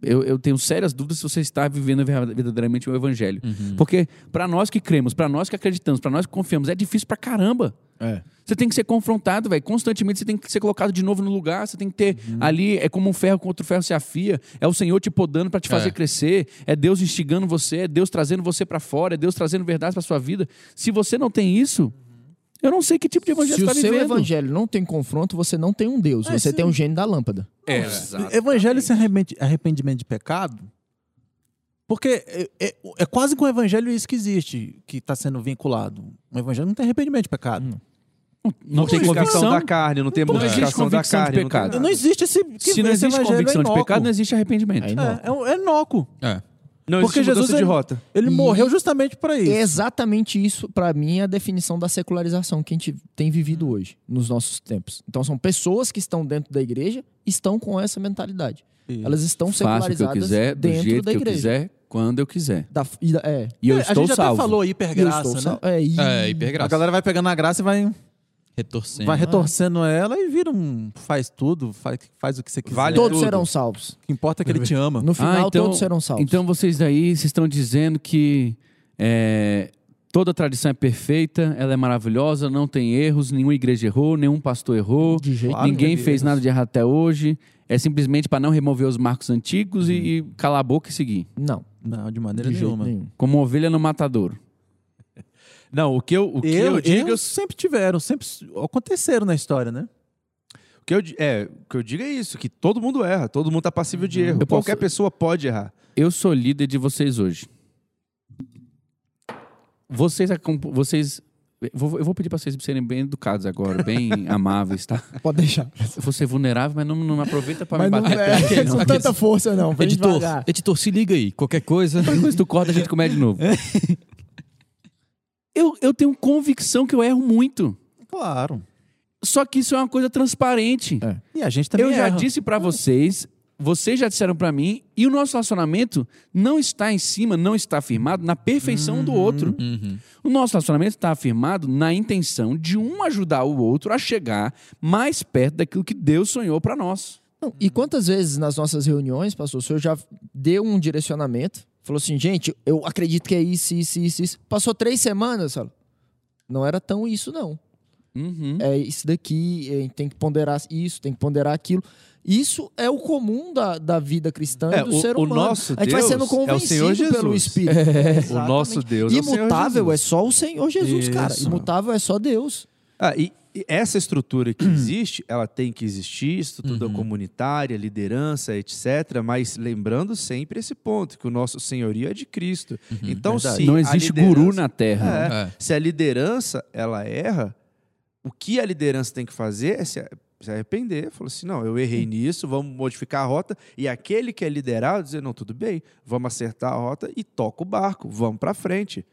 Speaker 1: eu, eu tenho sérias dúvidas se você está vivendo ver- verdadeiramente o evangelho. Porque para nós que cremos, para nós que acreditamos, para nós que confiamos, é difícil pra caramba.
Speaker 4: É.
Speaker 1: Você tem que ser confrontado, velho. Constantemente você tem que ser colocado de novo no lugar. Você tem que ter ali, é como um ferro com outro ferro se afia. É o Senhor te podando para te fazer
Speaker 2: É.
Speaker 1: crescer. É Deus instigando você. É Deus trazendo você para fora. É Deus trazendo verdade para sua vida. Se você não tem isso, eu não sei que tipo de evangelho
Speaker 3: Se
Speaker 1: você
Speaker 3: o
Speaker 1: está
Speaker 3: seu é
Speaker 1: vivendo.
Speaker 3: evangelho não tem confronto, você não tem um Deus,
Speaker 4: É,
Speaker 3: você
Speaker 4: sim.
Speaker 3: tem um gênio da lâmpada.
Speaker 1: É,
Speaker 4: Evangelho sem arrependi- arrependimento de pecado? Porque é, é- é quase que um evangelho isso que existe, que está sendo vinculado. Um evangelho não tem arrependimento de pecado.
Speaker 1: Não tem
Speaker 5: Mortificação
Speaker 1: convicção.
Speaker 5: da carne, não tem
Speaker 1: Não
Speaker 5: mortificação
Speaker 1: existe
Speaker 5: da
Speaker 1: convicção de
Speaker 5: carne. não tem
Speaker 1: pecado.
Speaker 5: nada.
Speaker 4: Não existe esse. que
Speaker 1: Se não existe
Speaker 4: esse evangelho
Speaker 1: convicção
Speaker 4: é
Speaker 1: de
Speaker 4: inócuo.
Speaker 1: pecado, não existe arrependimento.
Speaker 3: Aí não.
Speaker 4: É, é, um- é noco.
Speaker 2: É.
Speaker 5: Não
Speaker 4: Porque
Speaker 5: existe mudança
Speaker 4: Jesus, é-
Speaker 5: de
Speaker 4: ele-
Speaker 5: rota.
Speaker 4: Ele
Speaker 3: E-
Speaker 4: morreu justamente para
Speaker 3: É
Speaker 4: isso.
Speaker 3: exatamente isso, pra mim, é a definição da secularização que a gente tem vivido hoje, nos nossos tempos. Então, são pessoas que estão dentro da igreja, estão com essa mentalidade.
Speaker 4: Isso.
Speaker 3: Elas estão
Speaker 1: Faço o
Speaker 3: secularizadas
Speaker 1: que eu quiser, do
Speaker 3: dentro
Speaker 1: jeito
Speaker 3: da
Speaker 1: que eu
Speaker 3: igreja.
Speaker 1: quiser, quando eu quiser.
Speaker 3: Da, e da- é.
Speaker 1: E eu
Speaker 4: É, a
Speaker 1: estou
Speaker 4: gente até
Speaker 1: salvo.
Speaker 4: falou
Speaker 3: E eu
Speaker 4: hipergraça,
Speaker 3: estou
Speaker 4: né?
Speaker 3: sal- é, e-
Speaker 2: É,
Speaker 4: A
Speaker 2: hipergraça.
Speaker 4: galera vai pegando a graça e vai,
Speaker 2: Retorcendo.
Speaker 4: vai retorcendo ela e vira um faz tudo, faz, faz o que você quiser.
Speaker 5: Vale
Speaker 4: o
Speaker 3: Todos
Speaker 5: tudo.
Speaker 3: serão salvos.
Speaker 4: que importa é que ele te ama.
Speaker 3: No final,
Speaker 1: então-
Speaker 3: todos serão salvos.
Speaker 1: Então vocês daí vocês estão dizendo que é, toda tradição é perfeita, ela é maravilhosa, não tem erros, nenhuma igreja errou, nenhum pastor errou,
Speaker 3: de jeito
Speaker 4: Claro,
Speaker 1: ninguém
Speaker 4: meu Deus.
Speaker 1: fez nada de errado até hoje. É simplesmente para não remover os marcos antigos
Speaker 3: Uhum.
Speaker 1: e, e calar a boca e seguir.
Speaker 3: Não,
Speaker 4: Não, de
Speaker 3: de
Speaker 4: maneira
Speaker 3: jeito
Speaker 4: nenhuma.
Speaker 3: nenhum.
Speaker 1: Como ovelha no matadouro.
Speaker 5: Não, o que eu, o que eu,
Speaker 4: eu,
Speaker 5: digo, é
Speaker 4: eu sempre tiveram, sempre aconteceram na história, né?
Speaker 5: o que eu, di- é, o que eu digo é isso, que todo mundo erra, todo mundo tá passível de erro.
Speaker 1: Eu posso-
Speaker 5: Qualquer pessoa pode errar.
Speaker 1: Eu sou líder de vocês hoje. Vocês, acom- vocês, eu vou- eu vou pedir para vocês serem bem educados agora,
Speaker 3: (laughs)
Speaker 1: bem amáveis, tá?
Speaker 3: Pode deixar.
Speaker 1: Eu vou ser é vulnerável, mas não, não aproveita para me
Speaker 3: Mas não
Speaker 1: bater.
Speaker 3: é
Speaker 1: (laughs)
Speaker 2: aqueles-
Speaker 3: com tanta força, não. Vem
Speaker 2: Editor,
Speaker 3: devagar.
Speaker 2: editor, se liga aí. Qualquer coisa.
Speaker 1: Depois tu corta, a gente começa de
Speaker 3: É.
Speaker 1: novo. eu, eu tenho convicção que eu erro muito.
Speaker 4: Claro.
Speaker 1: Só que isso é uma coisa transparente.
Speaker 3: É.
Speaker 4: E a gente também
Speaker 1: Eu já
Speaker 4: erra.
Speaker 1: disse pra vocês, vocês já disseram pra mim, e o nosso relacionamento não está em cima, não está firmado na perfeição
Speaker 3: Hum,
Speaker 1: do outro.
Speaker 2: Uhum.
Speaker 1: O nosso relacionamento está afirmado na intenção de um ajudar o outro a chegar mais perto daquilo que Deus sonhou pra nós.
Speaker 3: Não, e quantas vezes nas nossas reuniões, pastor, o senhor já deu um direcionamento, falou assim, gente, eu acredito que é isso, isso, isso, isso. Passou três semanas, fala, não era tão isso, não.
Speaker 1: Uhum.
Speaker 3: É isso daqui, é, tem que ponderar isso, tem que ponderar aquilo. Isso é o comum da, da vida cristã
Speaker 5: É,
Speaker 3: do
Speaker 5: o-
Speaker 3: ser
Speaker 5: o
Speaker 3: humano.
Speaker 5: nosso
Speaker 3: A gente vai
Speaker 5: Deus
Speaker 3: sendo
Speaker 5: é o Senhor
Speaker 3: convencido pelo
Speaker 5: Jesus. (laughs)
Speaker 3: Espírito.
Speaker 5: O
Speaker 3: Exatamente.
Speaker 5: nosso Deus é o Senhor
Speaker 3: Imutável
Speaker 5: Jesus.
Speaker 3: é só o Senhor Jesus, cara.
Speaker 4: Isso.
Speaker 3: Imutável é só Deus.
Speaker 5: Ah, e, e essa estrutura que existe, ela tem que existir, estrutura
Speaker 2: Uhum.
Speaker 5: comunitária, liderança, etc. Mas lembrando sempre esse ponto, que o nosso senhorio é de Cristo. então,
Speaker 4: verdade.
Speaker 5: se
Speaker 1: não
Speaker 5: a
Speaker 1: existe
Speaker 5: liderança-
Speaker 1: guru na Terra.
Speaker 5: É,
Speaker 2: É.
Speaker 5: Se a liderança, ela erra, o que a liderança tem que fazer é se, se arrepender. Falou assim, não, eu errei nisso, vamos modificar a rota. E aquele que é liderado dizer, não, tudo bem, vamos acertar a rota e toca o barco, vamos pra frente.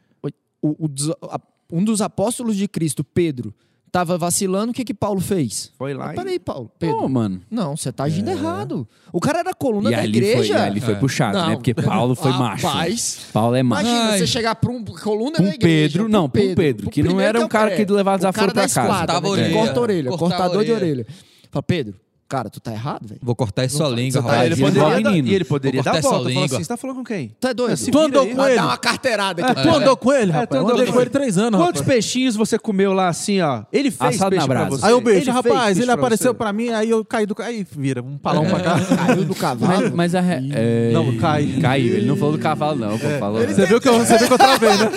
Speaker 3: o- o dos- a- um dos apóstolos de Cristo, Pedro, tava vacilando, o que que Paulo fez?
Speaker 5: Foi lá
Speaker 3: Mas
Speaker 5: e-
Speaker 3: Peraí, Paulo. Pedro.
Speaker 1: Pô, mano.
Speaker 3: Não, você tá agindo errado. O cara era coluna
Speaker 1: É. E
Speaker 3: da
Speaker 1: ali, foi, e
Speaker 3: igreja.
Speaker 1: ali foi
Speaker 2: É.
Speaker 1: puxado, né?
Speaker 3: Não,
Speaker 1: Porque
Speaker 3: Pedro,
Speaker 1: Paulo foi
Speaker 3: rapaz.
Speaker 1: macho. Paulo é macho.
Speaker 3: Imagina
Speaker 2: Ai.
Speaker 3: você chegar pra um coluna
Speaker 1: Pra um
Speaker 3: da igreja.
Speaker 1: Pedro,
Speaker 3: pra um
Speaker 1: não, pra um Pedro,
Speaker 3: pro
Speaker 1: que não
Speaker 3: primeiro
Speaker 1: era um
Speaker 3: é o-
Speaker 1: cara que
Speaker 3: é,
Speaker 1: levava
Speaker 3: o
Speaker 1: desaforo
Speaker 3: cara da
Speaker 1: pra casa. É.
Speaker 3: esquadra,
Speaker 2: Cortava
Speaker 3: né,
Speaker 2: orelha.
Speaker 3: que Corta a orelha,
Speaker 2: Cortar
Speaker 3: cortador
Speaker 2: a
Speaker 3: de
Speaker 2: orelha.
Speaker 3: orelha. Fala, Pedro, cara, tu tá errado, velho.
Speaker 2: Vou cortar essa
Speaker 3: Não,
Speaker 2: língua,
Speaker 3: você
Speaker 5: Ah,
Speaker 2: rapaz.
Speaker 5: ele
Speaker 1: Tadinho do
Speaker 5: poderia dar,
Speaker 1: menino.
Speaker 5: e ele poderia
Speaker 2: Vou
Speaker 5: dar a
Speaker 2: cortar essa
Speaker 5: volta. Falar assim,
Speaker 2: língua.
Speaker 5: você tá falando com quem?
Speaker 3: Tu é doido?
Speaker 5: se
Speaker 4: Tu
Speaker 5: vira
Speaker 4: andou
Speaker 5: aí,
Speaker 4: com
Speaker 5: rapaz.
Speaker 4: ele?
Speaker 3: Dá uma carteirada aqui.
Speaker 4: Tu andou com ele,
Speaker 5: tu
Speaker 4: rapaz? Eu
Speaker 5: andou
Speaker 4: andei
Speaker 5: com
Speaker 4: com
Speaker 5: ele.
Speaker 4: ele três anos,
Speaker 5: Quantos
Speaker 4: rapaz.
Speaker 5: peixinhos você comeu lá assim, ó? Ele fez
Speaker 1: Assado
Speaker 5: peixe
Speaker 1: na
Speaker 5: pra
Speaker 1: brasa.
Speaker 5: você.
Speaker 4: Aí eu beijei,
Speaker 5: fez
Speaker 4: rapaz,
Speaker 5: peixe
Speaker 4: ele
Speaker 5: pra
Speaker 4: apareceu
Speaker 5: você.
Speaker 4: pra mim, aí eu caí do... ca- Aí vira, um palão pra cá.
Speaker 3: Caiu do
Speaker 1: (laughs)
Speaker 3: cavalo.
Speaker 1: Mas, mas a. re- é,
Speaker 4: Não, cai. É.
Speaker 1: Caiu. Ele não falou do cavalo, não. pô, falou,
Speaker 4: Você viu que eu, você viu que eu travei, né?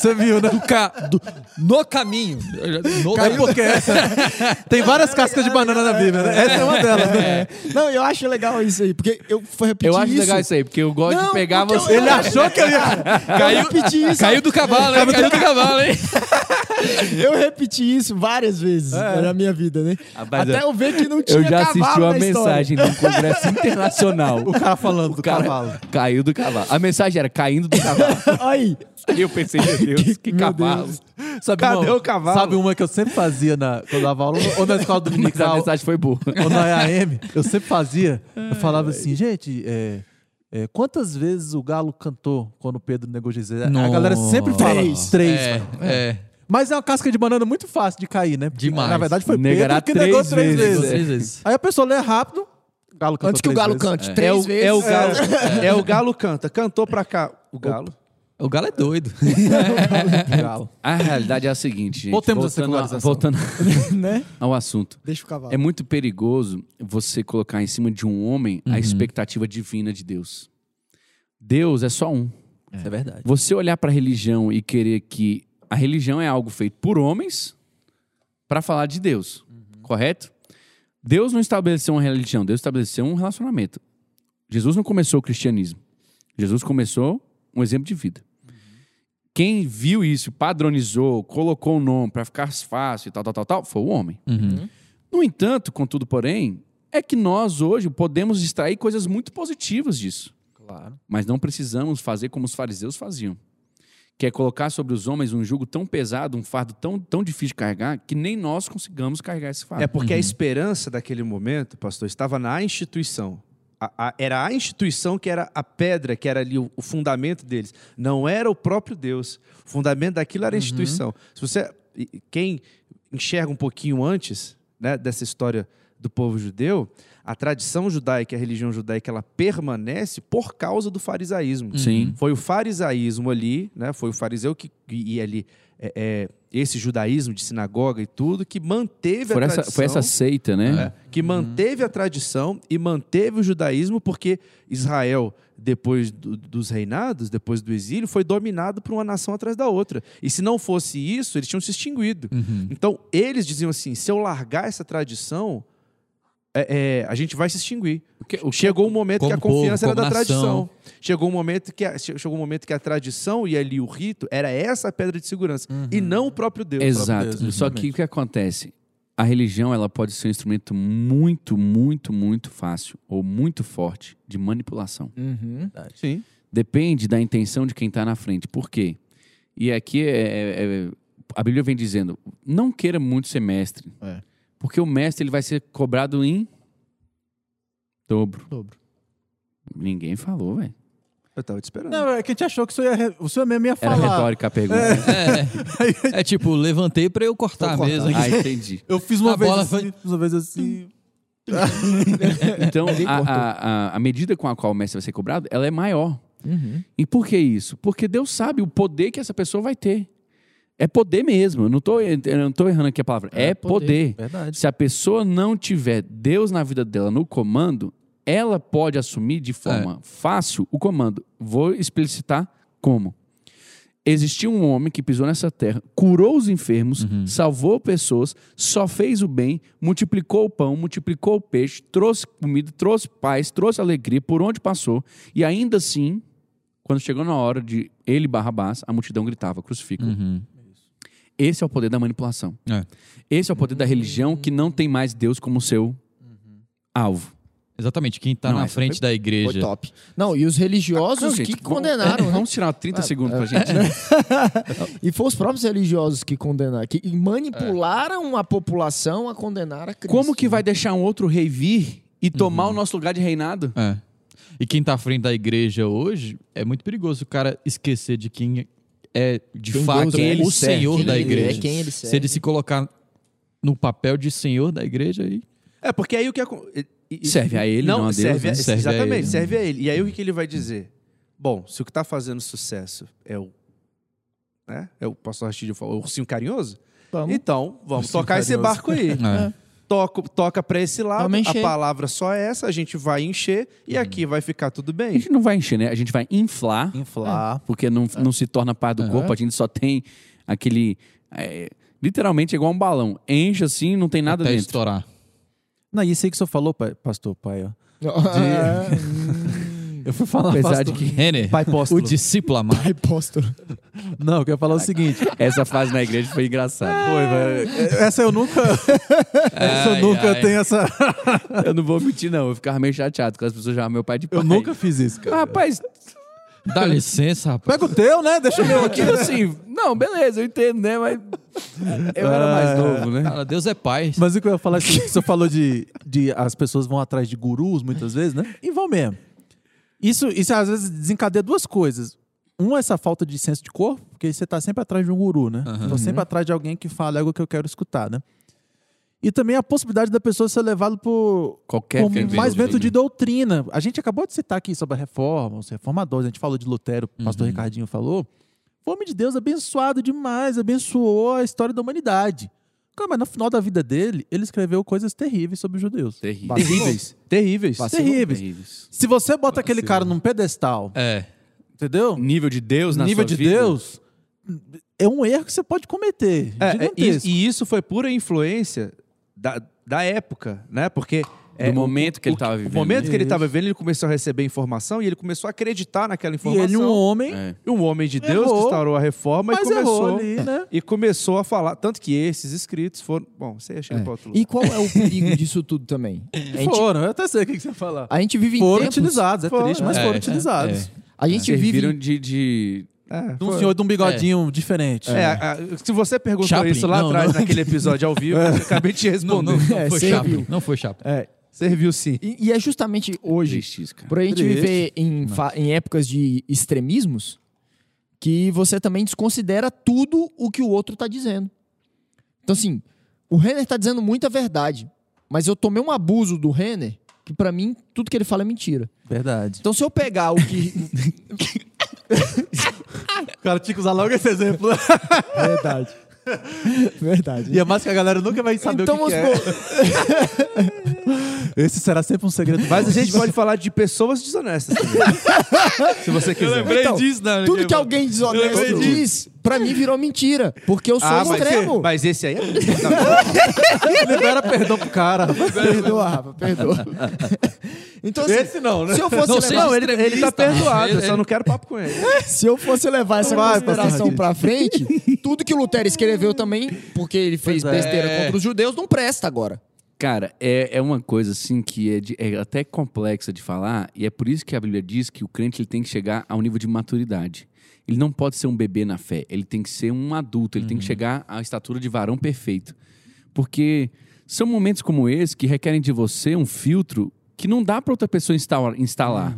Speaker 4: Você viu, né?
Speaker 2: Ca- do- No caminho. No
Speaker 4: Caiu porque essa... Tem várias cascas de banana na Bíblia, né? Essa é uma delas.
Speaker 3: Não, eu acho legal isso aí, porque eu fui repetir
Speaker 1: Eu acho
Speaker 3: isso.
Speaker 1: legal isso aí, porque eu gosto de
Speaker 3: Não,
Speaker 1: pegar
Speaker 3: porque eu-
Speaker 1: você.
Speaker 3: ele
Speaker 1: achou que eu ia.
Speaker 3: Eu repeti isso.
Speaker 2: Caiu do cavalo, hein? Caiu do cavalo, hein?
Speaker 3: Eu repeti isso várias vezes na minha vida, né?
Speaker 1: Rapaz,
Speaker 3: Até eu ver que não tinha
Speaker 1: Ah, é- Eu já
Speaker 3: cavalo
Speaker 1: assisti uma
Speaker 3: na história. (laughs)
Speaker 1: mensagem de um congresso internacional.
Speaker 4: O cara falando do
Speaker 1: Cara,
Speaker 4: cavalo.
Speaker 1: Caiu do cavalo. A mensagem era caindo
Speaker 3: (laughs)
Speaker 1: do cavalo.
Speaker 3: aí.
Speaker 1: E eu pensei, meu Deus, que
Speaker 3: Meu
Speaker 1: cavalo.
Speaker 3: Deus.
Speaker 4: Sabe
Speaker 5: Cadê
Speaker 4: uma,
Speaker 5: o cavalo?
Speaker 4: Sabe uma que eu sempre fazia na, quando eu dava aula, ou na escola
Speaker 1: Mas a
Speaker 4: dominical,
Speaker 1: mensagem foi boa.
Speaker 4: ou na AM, eu sempre fazia. Eu falava assim, gente, é, é, quantas vezes o Galo cantou quando o Pedro negou Jesus? A
Speaker 2: Nossa.
Speaker 4: galera sempre fala
Speaker 3: Três.
Speaker 4: três.
Speaker 2: É,
Speaker 4: mano.
Speaker 2: é.
Speaker 4: Mas é uma casca de banana muito fácil de cair, né? Porque,
Speaker 2: Demais.
Speaker 4: Na verdade foi
Speaker 1: Negará
Speaker 4: Pedro que negou
Speaker 1: três
Speaker 4: três
Speaker 1: vezes.
Speaker 4: vezes.
Speaker 2: Três vezes.
Speaker 4: Aí a pessoa lê rápido, o Galo cantou
Speaker 3: Antes que o
Speaker 4: três
Speaker 3: Galo
Speaker 4: vezes.
Speaker 3: cante
Speaker 5: É
Speaker 3: três
Speaker 5: o,
Speaker 3: vezes.
Speaker 5: (laughs) é o galo. É o galo canta. Cantou pra cá. O galo.
Speaker 2: O galo é doido.
Speaker 4: O (laughs) Galo.
Speaker 1: A realidade é a seguinte, gente. voltando,
Speaker 4: Voltemos à
Speaker 1: a-
Speaker 4: secularização.
Speaker 1: voltando
Speaker 4: (laughs) né?
Speaker 1: ao É assunto.
Speaker 3: Deixa o cavalo.
Speaker 1: É muito perigoso você colocar em cima de um homem
Speaker 2: Uhum.
Speaker 1: a expectativa divina de Deus. Deus é só um.
Speaker 2: É verdade.
Speaker 1: Você olhar para a religião e querer que a religião é algo feito por homens para falar de Deus,
Speaker 2: Uhum.
Speaker 1: correto? Deus não estabeleceu uma religião, Deus estabeleceu um relacionamento. Jesus não começou o cristianismo. Jesus começou um exemplo de vida.
Speaker 2: Uhum.
Speaker 1: Quem viu isso, padronizou, colocou o nome para ficar fácil e tal, tal, tal, tal, foi o homem.
Speaker 2: Uhum.
Speaker 1: No entanto, contudo, porém, é que nós hoje podemos extrair coisas muito positivas disso
Speaker 4: Claro.
Speaker 1: mas não precisamos fazer como os fariseus faziam, que é colocar sobre os homens um jugo tão pesado, um fardo tão, tão difícil de carregar, que nem nós consigamos carregar esse fardo.
Speaker 5: É porque a esperança daquele momento, pastor, estava na instituição. A- a- era a instituição que era a pedra, que era ali o, o fundamento deles. Não era o próprio Deus. O fundamento daquilo era a instituição. Se você, e- e quem enxerga um pouquinho antes né, dessa história do povo judeu, a tradição judaica, a religião judaica, ela permanece por causa do farisaísmo.
Speaker 1: Sim.
Speaker 5: Foi o farisaísmo ali, né? Foi o fariseu que, que ia ali é, é, esse judaísmo de sinagoga e tudo que manteve
Speaker 1: Foi
Speaker 5: a
Speaker 1: essa,
Speaker 5: tradição.
Speaker 1: foi essa seita, né?
Speaker 5: né, Que manteve a tradição e manteve o judaísmo, porque Israel, depois do- dos reinados, depois do exílio, foi dominado por uma nação atrás da outra. E se não fosse isso, eles tinham se extinguido.
Speaker 2: Uhum.
Speaker 5: Então, eles diziam assim: se eu largar essa tradição, é, é, a gente vai se extinguir.
Speaker 1: O que- o que-
Speaker 5: Chegou um momento que
Speaker 2: como
Speaker 5: a confiança
Speaker 2: povo,
Speaker 5: era da
Speaker 2: como
Speaker 5: tradição.
Speaker 2: nação.
Speaker 5: Chegou um momento que a, che- chegou um momento que a tradição e ali o rito era essa a pedra de segurança e
Speaker 2: Uhum.
Speaker 5: não o próprio Deus.
Speaker 1: Exato.
Speaker 4: próprio Deus,
Speaker 1: Só que
Speaker 4: exatamente.
Speaker 1: o que acontece? A religião ela pode ser um instrumento muito, muito, muito fácil ou muito forte de manipulação.
Speaker 3: Uhum.
Speaker 5: Sim.
Speaker 1: Depende da intenção de quem está na frente. Por quê? E aqui é- é- é- a Bíblia vem dizendo: não queira muito ser mestre.
Speaker 3: É.
Speaker 1: Porque o mestre ele vai ser cobrado em dobro.
Speaker 3: Dobro.
Speaker 1: Ninguém falou, velho.
Speaker 5: Eu tava te esperando.
Speaker 4: Não, é que a gente achou que o senhor, ia, re- o senhor mesmo ia
Speaker 1: Era
Speaker 4: falar.
Speaker 1: retórica a pergunta.
Speaker 2: É, é tipo, levantei pra eu cortar a
Speaker 3: Pra eu cortar.
Speaker 2: mesa.
Speaker 1: Ah, entendi.
Speaker 4: Eu fiz uma
Speaker 2: A
Speaker 4: vez
Speaker 2: bola
Speaker 4: assim,
Speaker 2: foi-
Speaker 4: fiz uma vez assim.
Speaker 1: (laughs) Então, a, a- a- a medida com a qual o mestre vai ser cobrado, ela é maior.
Speaker 3: Uhum.
Speaker 1: E por que isso? Porque Deus sabe o poder que essa pessoa vai ter. É poder mesmo. Eu não tô, eu não tô errando aqui a palavra. É, poder.
Speaker 4: Verdade.
Speaker 1: Se a pessoa não tiver Deus na vida dela no comando, ela pode assumir de forma fácil o comando. Vou explicitar como. Existiu um homem que pisou nessa terra, curou os enfermos, salvou pessoas, só fez o bem, multiplicou o pão, multiplicou o peixe, trouxe comida, trouxe paz, trouxe alegria por onde passou. E ainda assim, quando chegou na hora de ele Barrabás, a multidão gritava: crucifica.
Speaker 2: Uhum.
Speaker 1: Esse é o poder da manipulação.
Speaker 2: É.
Speaker 1: Esse é o poder da religião que não tem mais Deus como seu alvo.
Speaker 2: Exatamente, quem está
Speaker 1: Não,
Speaker 2: na
Speaker 1: essa
Speaker 2: frente da
Speaker 3: Foi
Speaker 2: igreja.
Speaker 3: top. Não, e os religiosos
Speaker 1: Não,
Speaker 3: que
Speaker 1: gente, com- (laughs)
Speaker 3: condenaram, né?
Speaker 1: Vamos tirar 30 segundos pra gente.
Speaker 3: E foram os próprios religiosos que condenaram, que manipularam a população a condenar a Cristo.
Speaker 1: É. Como que vai deixar um outro rei vir
Speaker 2: Uhum.
Speaker 1: e tomar o nosso lugar de reinado?
Speaker 2: É. E quem tá à frente da igreja hoje, é muito perigoso o cara esquecer de quem é de
Speaker 3: Quem
Speaker 2: fato
Speaker 3: Deus é,
Speaker 2: o
Speaker 3: ele serve,
Speaker 2: senhor
Speaker 3: quem
Speaker 2: da
Speaker 3: ele
Speaker 2: igreja.
Speaker 3: é, quem ele
Speaker 2: se ele
Speaker 3: serve.
Speaker 2: se colocar no papel de senhor da igreja aí.
Speaker 5: É, porque aí o que acon- e- e-
Speaker 1: Serve a ele, não a Deus,
Speaker 5: serve
Speaker 1: né?
Speaker 2: Serve a
Speaker 5: Exatamente,
Speaker 2: ele.
Speaker 5: serve a ele. E aí o que, que ele vai dizer? Bom, se o que está fazendo sucesso é o. Né? É o pastor Rastilho falou, o ursinho carinhoso?
Speaker 3: Vamos.
Speaker 5: Então, vamos
Speaker 4: Ursinho
Speaker 5: tocar esse
Speaker 4: carinhoso.
Speaker 2: (laughs)
Speaker 5: barco
Speaker 3: É.
Speaker 2: é,
Speaker 5: aí. Toca, toca para esse lado,
Speaker 3: Vamos encher.
Speaker 5: a palavra só é essa, a gente vai encher e aqui vai ficar tudo
Speaker 1: A
Speaker 5: bem.
Speaker 1: gente não vai encher, né? A gente vai inflar,
Speaker 4: Inflar.
Speaker 1: porque não, não se torna parte do
Speaker 2: É.
Speaker 1: corpo, a gente só tem aquele. é, literalmente é igual um balão. Enche assim, não tem nada
Speaker 2: Até
Speaker 1: dentro.
Speaker 3: (laughs)
Speaker 2: estourar.
Speaker 4: Não, e isso aí que o senhor falou, pai- pastor, pai, ó.
Speaker 3: (laughs) Ah,
Speaker 4: Eu fui falar,
Speaker 1: Apesar de
Speaker 4: pastor.
Speaker 1: que
Speaker 2: Renner,
Speaker 3: tá
Speaker 4: Pai
Speaker 2: o
Speaker 4: apóstolo.
Speaker 2: discípulo amado.
Speaker 3: apóstolo.
Speaker 4: Não, eu quero falar o seguinte.
Speaker 1: essa fase na igreja foi engraçada.
Speaker 4: Foi, velho. É, Essa eu nunca. (laughs) essa eu
Speaker 2: Ai,
Speaker 4: nunca
Speaker 2: ai.
Speaker 4: tenho essa.
Speaker 1: Eu não vou mentir, não. Eu ficava meio chateado, porque as pessoas chamavam meu pai é de pai.
Speaker 4: Eu nunca fiz isso, cara.
Speaker 1: Rapaz,
Speaker 2: Dá licença, rapaz.
Speaker 4: Ah, Pega o teu, né? Deixa eu ver aqui.
Speaker 1: tipo assim, não, beleza, eu entendo, né? Mas. Eu era mais novo,
Speaker 3: tá
Speaker 1: né?
Speaker 2: Cara, Deus é pai.
Speaker 4: Mas o que eu ia falar é o seguinte, você falou de, de as pessoas vão atrás de gurus muitas vezes, né? E vão mesmo. Isso, isso às vezes desencadeia duas coisas. Um, essa falta de senso de corpo, porque você tá sempre atrás de um guru, né?
Speaker 2: Aham.
Speaker 4: Tô sempre atrás de alguém que fala algo que eu quero escutar, né? E também a possibilidade da pessoa ser levada por,
Speaker 1: Qualquer
Speaker 4: por
Speaker 1: vento de
Speaker 4: mais vento de
Speaker 1: doutrina.
Speaker 4: doutrina. A gente acabou de citar aqui sobre a reforma, os reformadores, a gente falou de Lutero, o pastor Ricardinho falou. O homem de Deus abençoado demais, abençoou a história da humanidade. Cara, mas no final da vida dele, ele escreveu coisas terríveis sobre os judeus.
Speaker 1: Terrível.
Speaker 5: Terríveis. Terríveis.
Speaker 3: Vacilo.
Speaker 4: Terríveis.
Speaker 1: Terríveis.
Speaker 4: Se você bota aquele cara num pedestal,
Speaker 2: É.
Speaker 4: entendeu?
Speaker 1: Nível de Deus na
Speaker 4: Nível
Speaker 1: sua
Speaker 4: de
Speaker 1: vida?
Speaker 4: Deus, é um erro que você pode cometer.
Speaker 5: É, é, e,
Speaker 4: gigantesco.
Speaker 5: e isso foi pura influência da, da época, né? Porque. é,
Speaker 1: Do momento que ele tava
Speaker 5: O
Speaker 1: vivendo.
Speaker 5: momento que ele
Speaker 4: Isso.
Speaker 5: estava vivendo, ele começou a receber informação e ele começou a acreditar naquela
Speaker 4: E
Speaker 5: informação.
Speaker 4: ele, um homem,
Speaker 1: É.
Speaker 5: um homem de Deus
Speaker 4: Errou,
Speaker 5: que instaurou a reforma e
Speaker 4: mas errou
Speaker 5: começou,
Speaker 4: ali, né?
Speaker 5: e começou a falar. Tanto que esses escritos foram. Bom, você achei para outro lugar.
Speaker 3: E qual é o perigo disso tudo também? A gente,
Speaker 4: Foram, eu até sei o que que você ia falar.
Speaker 3: a gente vive em
Speaker 4: Foram
Speaker 3: tempos-
Speaker 4: utilizados, é
Speaker 5: Foram,
Speaker 4: triste, mas
Speaker 2: é,
Speaker 4: foram
Speaker 2: é,
Speaker 4: utilizados.
Speaker 3: A gente vive
Speaker 1: Serviram
Speaker 3: em
Speaker 1: de, de-
Speaker 5: É,
Speaker 4: De um senhor de um bigodinho diferente.
Speaker 5: é, a- a- se você perguntou
Speaker 2: Chaplin,
Speaker 5: isso lá
Speaker 2: não,
Speaker 5: atrás,
Speaker 2: não.
Speaker 5: naquele episódio ao vivo, eu acabei de
Speaker 2: Não, não,
Speaker 5: responder.
Speaker 2: não
Speaker 3: É,
Speaker 2: foi
Speaker 3: serviu. É.
Speaker 2: chapa. Não foi chapa.
Speaker 5: Serviu sim.
Speaker 3: E, e é justamente hoje,
Speaker 1: Tristes, cara.
Speaker 3: por a gente
Speaker 4: Triste.
Speaker 3: viver em, fa- em épocas de extremismos, que você também desconsidera tudo o que o outro está dizendo. Então, assim, o Renner está dizendo muita verdade, mas eu tomei um abuso do Renner, que pra mim tudo que ele fala é mentira.
Speaker 4: Verdade.
Speaker 3: Então, se eu pegar o que.
Speaker 4: O cara tinha que usar logo esse (laughs) exemplo.
Speaker 3: verdade. Verdade.
Speaker 4: e é mais que a galera nunca vai saber
Speaker 3: então,
Speaker 4: o que, que é.
Speaker 3: vamos supor,
Speaker 4: (laughs) Esse será sempre um segredo.
Speaker 5: Mas a gente pode falar de pessoas desonestas também. se você quiser.
Speaker 3: Então,
Speaker 2: disso, não,
Speaker 3: tudo que alguém
Speaker 2: Eu
Speaker 3: desonesto
Speaker 2: lembrei
Speaker 3: diz, pra mim virou mentira, porque eu sou extremo.
Speaker 5: Ah, mas, mas esse aí é.
Speaker 4: libera perdão pro cara.
Speaker 3: (laughs) Perdoa, Rafa, perdoa. Então, assim,
Speaker 4: Esse não, né?
Speaker 3: se eu fosse
Speaker 2: Não,
Speaker 3: levar,
Speaker 2: seja
Speaker 5: Não, ele, ele tá
Speaker 2: extremista.
Speaker 5: perdoado, eu
Speaker 2: Ele-
Speaker 5: só não quero papo com ele.
Speaker 3: se eu fosse levar essa
Speaker 4: Vai,
Speaker 3: consideração
Speaker 4: pastor
Speaker 3: pra frente, tudo que o Lutero escreveu também, porque ele fez
Speaker 4: Pois é.
Speaker 3: besteira contra os judeus, não presta agora.
Speaker 1: Cara, é, é uma coisa assim que é, de- é até complexa de falar, e é por isso que a Bíblia diz que o crente ele tem que chegar ao nível de maturidade. Ele não pode ser um bebê na fé, ele tem que ser um adulto, ele tem que chegar à estatura de varão perfeito. Porque são momentos como esse que requerem de você um filtro que não dá para outra pessoa instala- instalar.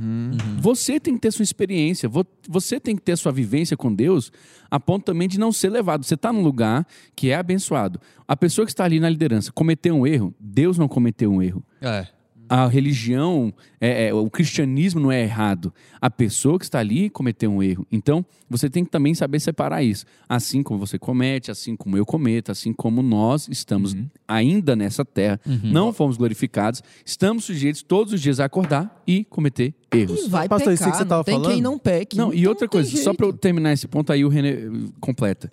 Speaker 1: Você tem que ter sua experiência, vo- você tem que ter sua vivência com Deus, a ponto também de não ser levado. Você está num lugar que é abençoado. A pessoa que está ali na liderança cometeu um erro, Deus não cometeu um erro.
Speaker 2: É.
Speaker 1: A religião, é, é, o cristianismo não é errado. A pessoa que está ali cometeu um erro. Então, você tem que também saber separar isso. Assim como você comete, assim como eu cometo, assim como nós estamos ainda nessa terra, não fomos glorificados, estamos sujeitos todos os dias a acordar e cometer erros.
Speaker 3: E vai
Speaker 4: Pastor, isso
Speaker 3: pecar,
Speaker 4: que você
Speaker 3: não
Speaker 4: tava
Speaker 3: tem
Speaker 4: falando?
Speaker 3: quem não peque.
Speaker 1: Não, e
Speaker 3: então
Speaker 1: outra
Speaker 3: tem
Speaker 1: coisa, só
Speaker 3: jeito.
Speaker 1: para eu terminar esse ponto aí, o René eh, completa.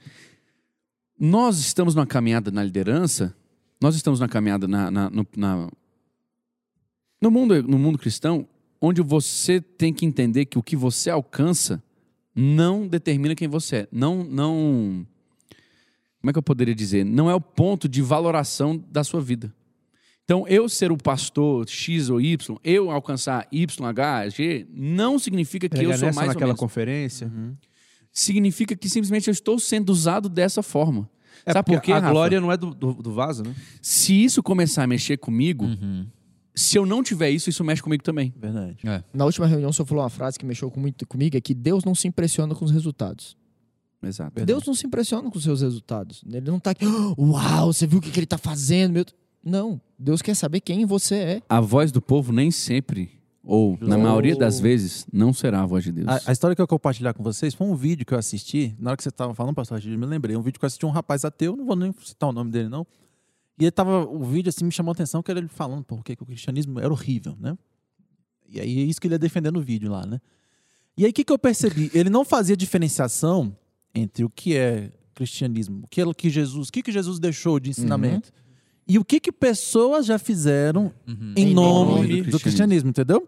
Speaker 1: Nós estamos numa caminhada na liderança, nós estamos na caminhada na, na- no, na- no, mundo, no mundo cristão, onde você tem que entender que o que você alcança não determina quem você é. Não, não. Como é que eu poderia dizer? Não é o ponto de valoração da sua vida. Então, eu ser o pastor X ou Y, eu alcançar Y, H, G, não significa que eu
Speaker 5: Pregar
Speaker 1: sou
Speaker 5: nessa
Speaker 1: mais ou
Speaker 5: é naquela
Speaker 1: menos.
Speaker 5: conferência.
Speaker 1: Significa que simplesmente eu estou sendo usado dessa forma.
Speaker 5: É
Speaker 1: Sabe
Speaker 5: porque
Speaker 1: por quê,
Speaker 5: a
Speaker 1: Rafa?
Speaker 5: glória não é do, do- do vaso, né?
Speaker 1: Se isso começar a mexer comigo,
Speaker 2: Uhum.
Speaker 1: se eu não tiver isso, isso mexe comigo também.
Speaker 4: Verdade.
Speaker 3: Na última reunião, o senhor falou uma frase que mexeu com muito comigo: é que Deus não se impressiona com os resultados.
Speaker 1: Exato.
Speaker 3: Deus não se impressiona com os seus resultados. Ele não tá aqui, "Ah, uau, você viu o que, que ele tá fazendo? meu Deus." Não. Deus quer saber quem você é.
Speaker 1: A voz do povo nem sempre, ou na
Speaker 3: Ou-
Speaker 1: maioria das vezes, não será a voz de Deus.
Speaker 4: A, a história que eu quero compartilhar com vocês foi um vídeo que eu assisti. Na hora que você estava falando, pastor Agílio, eu me lembrei. Um vídeo que eu assisti um rapaz ateu, não vou nem citar o nome dele, não. E ele tava. O vídeo assim me chamou a atenção, que era ele falando, porque que o cristianismo era horrível, né? E aí é isso que ele ia defender no vídeo lá, né? E aí o que, que eu percebi? Ele não fazia diferenciação entre o que é cristianismo, o que, é- o que Jesus, o que, que Jesus deixou de ensinamento. E o que, que pessoas já fizeram em, nome, do, cristianismo. entendeu?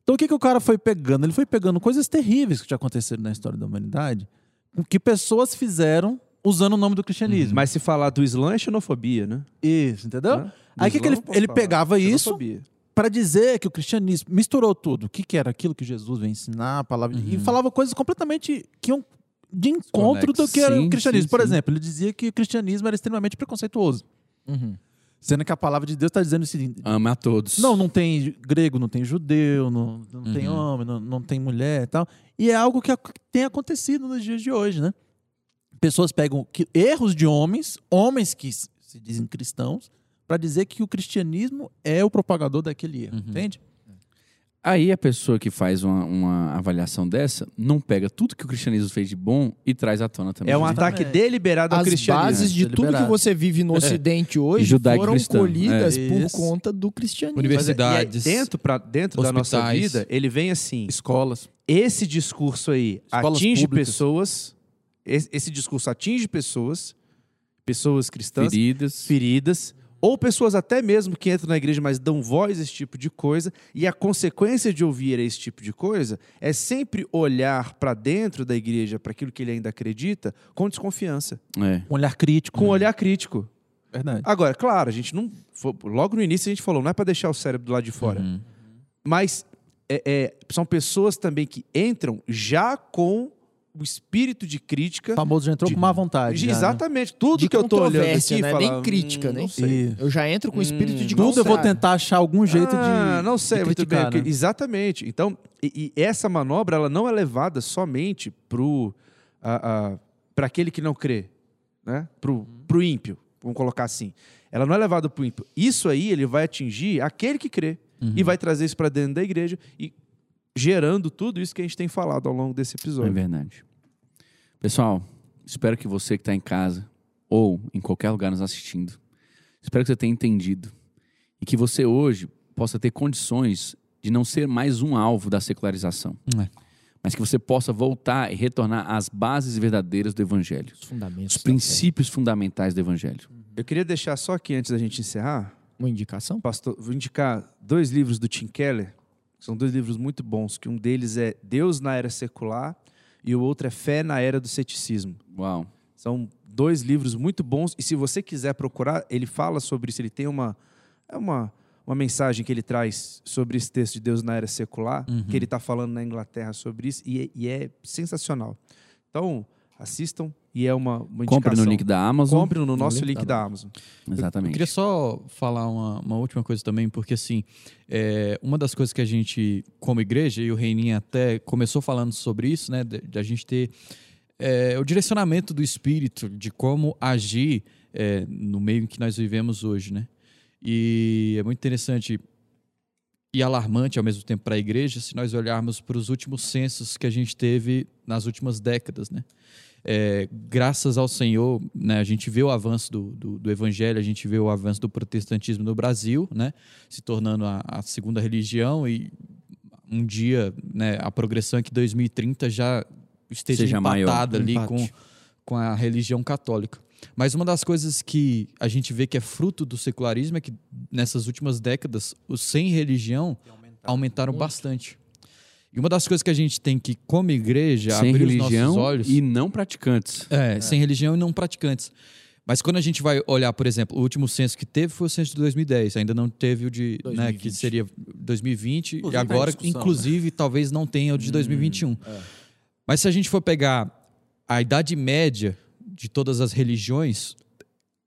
Speaker 4: Então o que, que o cara foi pegando? Ele foi pegando coisas terríveis que já aconteceram na história da humanidade, o que pessoas fizeram usando o nome do cristianismo.
Speaker 5: Mas se falar do Islã é xenofobia, né?
Speaker 4: Isso, entendeu?
Speaker 5: Né? Do
Speaker 4: Aí o que, que ele,
Speaker 5: Islã eu posso
Speaker 4: ele
Speaker 5: falar.
Speaker 4: pegava isso
Speaker 5: Xenofobia.
Speaker 4: para dizer que o cristianismo misturou tudo. O que, que era aquilo que Jesus veio ensinar, a palavra.
Speaker 1: Uhum.
Speaker 4: E falava coisas completamente que iam de encontro do que era
Speaker 1: Sim,
Speaker 4: o cristianismo.
Speaker 1: sim,
Speaker 4: Por
Speaker 1: sim.
Speaker 4: exemplo, ele dizia que o cristianismo era extremamente preconceituoso.
Speaker 1: Uhum.
Speaker 4: Sendo que a palavra de Deus está dizendo o seguinte:
Speaker 1: Ama a todos.
Speaker 4: não, não tem grego, não tem judeu, não, não tem
Speaker 2: Uhum.
Speaker 4: homem, não, não tem mulher e tal. E é algo que ac- tem acontecido nos dias de hoje, né? Pessoas pegam que- erros de homens, homens que s- se dizem cristãos, para dizer que o cristianismo é o propagador daquele erro, entende?
Speaker 1: Aí a pessoa que faz uma, uma avaliação dessa não pega tudo que o cristianismo fez de bom e traz à tona também.
Speaker 5: É um
Speaker 1: Exato.
Speaker 5: ataque
Speaker 4: É
Speaker 5: deliberado ao
Speaker 3: As
Speaker 5: cristianismo.
Speaker 3: bases de
Speaker 4: Tá
Speaker 3: tudo que
Speaker 4: liberado.
Speaker 3: você vive no Ocidente hoje foram
Speaker 1: Judaico-cristão,
Speaker 3: colhidas
Speaker 4: é.
Speaker 3: por
Speaker 4: Isso.
Speaker 3: conta do cristianismo.
Speaker 5: Mas é- e aí,
Speaker 2: Universidades,
Speaker 5: dentro pra, dentro da nossa
Speaker 2: hospitais.
Speaker 5: vida, ele vem assim.
Speaker 4: Escolas.
Speaker 5: Esse discurso aí
Speaker 4: Escolas
Speaker 5: atinge
Speaker 4: públicas.
Speaker 5: pessoas. Esse, esse discurso atinge pessoas, pessoas cristãs,
Speaker 1: Feridas.
Speaker 5: feridas, ou pessoas até mesmo que entram na igreja, mas dão voz a esse tipo de coisa, e a consequência de ouvir esse tipo de coisa é sempre olhar para dentro da igreja, para aquilo que ele ainda acredita, com desconfiança,
Speaker 1: É.
Speaker 4: Um olhar crítico.
Speaker 5: com
Speaker 3: Uhum.
Speaker 5: olhar crítico.
Speaker 4: Verdade.
Speaker 5: Agora, claro, a gente não. foi- Logo no início a gente falou, não é para deixar o cérebro do lado de fora.
Speaker 2: Uhum.
Speaker 5: Mas é- é, são pessoas também que entram já com o espírito de crítica.
Speaker 4: O famoso já entrou
Speaker 5: De-
Speaker 4: com má vontade. já, né?
Speaker 5: Exatamente. Tudo
Speaker 3: De
Speaker 5: que eu tô olhando
Speaker 3: controvérsia,
Speaker 5: aqui
Speaker 3: né?
Speaker 5: fala,
Speaker 3: Nem crítica,
Speaker 5: "Hum,
Speaker 3: né?
Speaker 5: Não sei.
Speaker 4: E
Speaker 3: Eu já entro com o espírito de
Speaker 4: Tudo eu vou
Speaker 3: Gonzaga.
Speaker 4: tentar achar algum jeito
Speaker 5: Ah,
Speaker 4: de.
Speaker 5: não sei
Speaker 4: de
Speaker 5: muito
Speaker 4: criticar,
Speaker 5: bem. o que-
Speaker 4: né?
Speaker 5: Exatamente. Então, e, e essa manobra ela não é levada somente pro para aquele que não crê, né?
Speaker 4: Uhum.
Speaker 5: Pro pro ímpio, vamos colocar assim. Ela não é levada pro ímpio. Isso aí ele vai atingir aquele que crê e
Speaker 4: Uhum.
Speaker 5: vai trazer isso para dentro da igreja e gerando tudo isso que a gente tem falado ao longo desse
Speaker 1: É
Speaker 5: episódio.
Speaker 1: verdade. Pessoal, espero que você que está em casa ou em qualquer lugar nos assistindo, espero que você tenha entendido e que você hoje possa ter condições de não ser mais um alvo da secularização,
Speaker 2: É.
Speaker 1: mas que você possa voltar e retornar às bases verdadeiras do Evangelho,
Speaker 3: Os fundamentos.
Speaker 1: os
Speaker 3: da fé.
Speaker 1: princípios fundamentais do Evangelho.
Speaker 5: Eu queria deixar só aqui antes da gente encerrar,
Speaker 3: Uma indicação?
Speaker 5: pastor, vou indicar dois livros do Tim Keller, que são dois livros muito bons, que um deles é Deus na Era Secular e o outro é Fé na Era do Ceticismo.
Speaker 1: Uau.
Speaker 5: São dois livros muito bons e se você quiser procurar, ele fala sobre isso, ele tem uma é uma uma mensagem que ele traz sobre esse texto de Deus na Era Secular,
Speaker 1: Uhum.
Speaker 5: que ele está falando na Inglaterra sobre isso e é, e é sensacional. Então, assistam e é uma, uma indicação.
Speaker 1: Compre no link da Amazon.
Speaker 5: Compre no nosso link da Amazon.
Speaker 1: Exatamente.
Speaker 2: Eu queria só falar uma, uma última coisa também, porque assim, é, uma das coisas que a gente, como igreja, e o Reininho até começou falando sobre isso, né? De, de a gente ter é, o direcionamento do espírito, de como agir é, no meio em que nós vivemos hoje, né? E é muito interessante e alarmante ao mesmo tempo para a igreja se nós olharmos para os últimos censos que a gente teve nas últimas décadas, né? É, graças ao Senhor, né, a gente vê o avanço do, do, do evangelho, a gente vê o avanço do protestantismo no Brasil, né, se tornando a, a segunda religião e um dia né, a progressão é que 2030 já esteja
Speaker 1: Seja maior.
Speaker 2: empatada ali
Speaker 4: Empate.
Speaker 2: com, com a religião católica. Mas uma das coisas que a gente vê que é fruto do secularismo é que nessas últimas décadas os sem religião aumentaram bastante. E uma das coisas que a gente tem que, como igreja,
Speaker 1: Sem
Speaker 2: abrir os
Speaker 1: religião
Speaker 2: nossos olhos.
Speaker 1: e não praticantes.
Speaker 2: É, sem religião e não praticantes. Mas quando a gente vai olhar, por exemplo, o último censo que teve foi o censo de 2010, ainda não teve o de, né,
Speaker 3: 2020.
Speaker 2: que seria 2020
Speaker 4: Inclusive,
Speaker 2: e agora,
Speaker 4: é discussão,
Speaker 2: inclusive, talvez não tenha o de 2021. Mas se a gente for pegar a idade média de todas as religiões,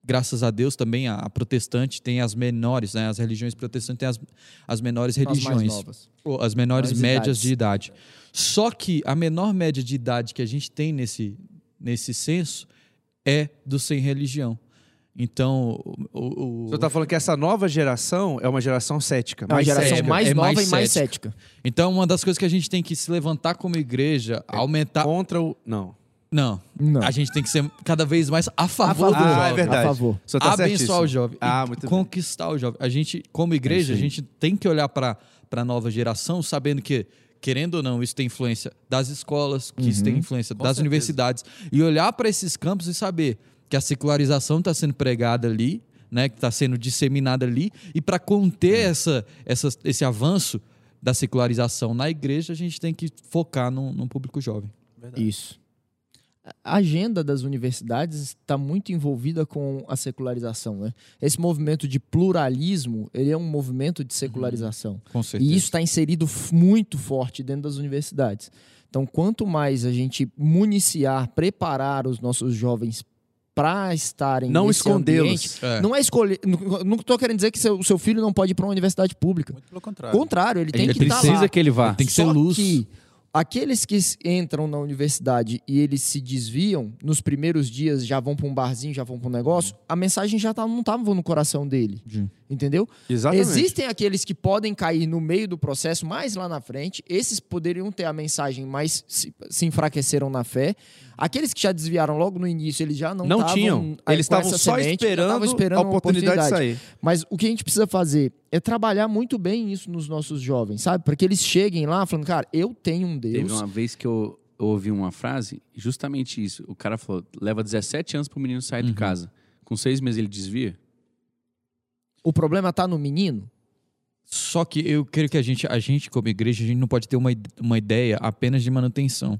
Speaker 2: graças a Deus também a, a protestante tem as menores, né? As religiões protestantes têm as, as menores
Speaker 3: As mais
Speaker 2: religiões
Speaker 3: novas.
Speaker 2: ou as menores
Speaker 3: Menores
Speaker 2: médias
Speaker 3: idades.
Speaker 2: de idade. Só que a menor média de idade que a gente tem nesse, nesse censo é do sem religião. Então, o, o-
Speaker 5: Você tá falando que essa nova geração é uma geração cética.
Speaker 3: É uma
Speaker 5: mais
Speaker 3: geração
Speaker 5: cética.
Speaker 3: mais
Speaker 2: é
Speaker 3: nova
Speaker 2: mais
Speaker 3: e mais
Speaker 2: cética.
Speaker 3: cética.
Speaker 2: então uma das coisas que a gente tem que se levantar como igreja,
Speaker 5: É
Speaker 2: aumentar.
Speaker 5: Contra o. Não.
Speaker 2: Não,
Speaker 3: Não.
Speaker 2: a gente tem que ser cada vez mais a favor,
Speaker 3: favor.
Speaker 2: do jovem.
Speaker 5: Ah, é verdade.
Speaker 3: A favor.
Speaker 5: Você tá
Speaker 2: abençoar
Speaker 5: certíssimo.
Speaker 2: o jovem,
Speaker 5: Ah,
Speaker 2: e
Speaker 5: muito bem.
Speaker 2: conquistar o jovem. A gente, como igreja,
Speaker 1: É
Speaker 2: a
Speaker 1: isso aí.
Speaker 2: gente tem que olhar para a nova geração, sabendo que, querendo ou não, isso tem influência das escolas, que isso tem influência das universidades, e olhar para esses campos e saber que a secularização está sendo pregada ali, né, que está sendo disseminada ali, e para conter essa, essa, esse avanço da secularização na igreja, a gente tem que focar no, no público jovem.
Speaker 3: Isso. A agenda das universidades está muito envolvida com a secularização, né? Esse movimento de pluralismo, ele é um movimento de secularização.
Speaker 2: Com
Speaker 3: E isso está inserido f- muito forte dentro das universidades. Então, quanto mais a gente municiar, preparar os nossos jovens para estarem
Speaker 5: Não
Speaker 3: nesse ambiente,
Speaker 5: escondê-los.
Speaker 2: É.
Speaker 3: Não é escolher. não- Não estou querendo dizer que seu, seu filho não pode ir para uma universidade pública.
Speaker 4: Muito pelo contrário.
Speaker 3: Contrário, ele tem
Speaker 2: Ele
Speaker 3: que estar
Speaker 1: Precisa
Speaker 3: lá.
Speaker 1: que ele vá.
Speaker 2: Tem que ser
Speaker 3: Só
Speaker 2: luz.
Speaker 3: que aqueles que s- entram na universidade e eles se desviam nos primeiros dias, já vão para um barzinho, já vão para um negócio, a mensagem já tá- não estava no coração dele.
Speaker 2: Sim.
Speaker 3: Entendeu?
Speaker 5: Exatamente.
Speaker 3: Existem aqueles que podem cair no meio do processo mais lá na frente, esses poderiam ter a mensagem, mas se, se enfraqueceram na fé. Aqueles que já desviaram logo no início, eles já não
Speaker 5: Não
Speaker 3: tavam
Speaker 5: tinham.
Speaker 3: aí
Speaker 5: Eles
Speaker 3: com
Speaker 5: estavam
Speaker 3: essa
Speaker 5: só
Speaker 3: semente, já
Speaker 5: esperando,
Speaker 3: tavam
Speaker 5: a
Speaker 3: esperando uma
Speaker 5: oportunidade de sair.
Speaker 3: Mas o que a gente precisa fazer é trabalhar muito bem isso nos nossos jovens, sabe? Para que eles cheguem lá falando, cara, eu tenho um Deus.
Speaker 1: Teve uma vez que eu, eu ouvi uma frase, justamente isso. O cara falou: leva 17 anos pro menino sair de casa. Com seis meses ele desvia.
Speaker 3: O problema tá no menino.
Speaker 2: Só que eu creio que a gente, a gente como igreja, a gente não pode ter uma, ide- uma ideia apenas de manutenção.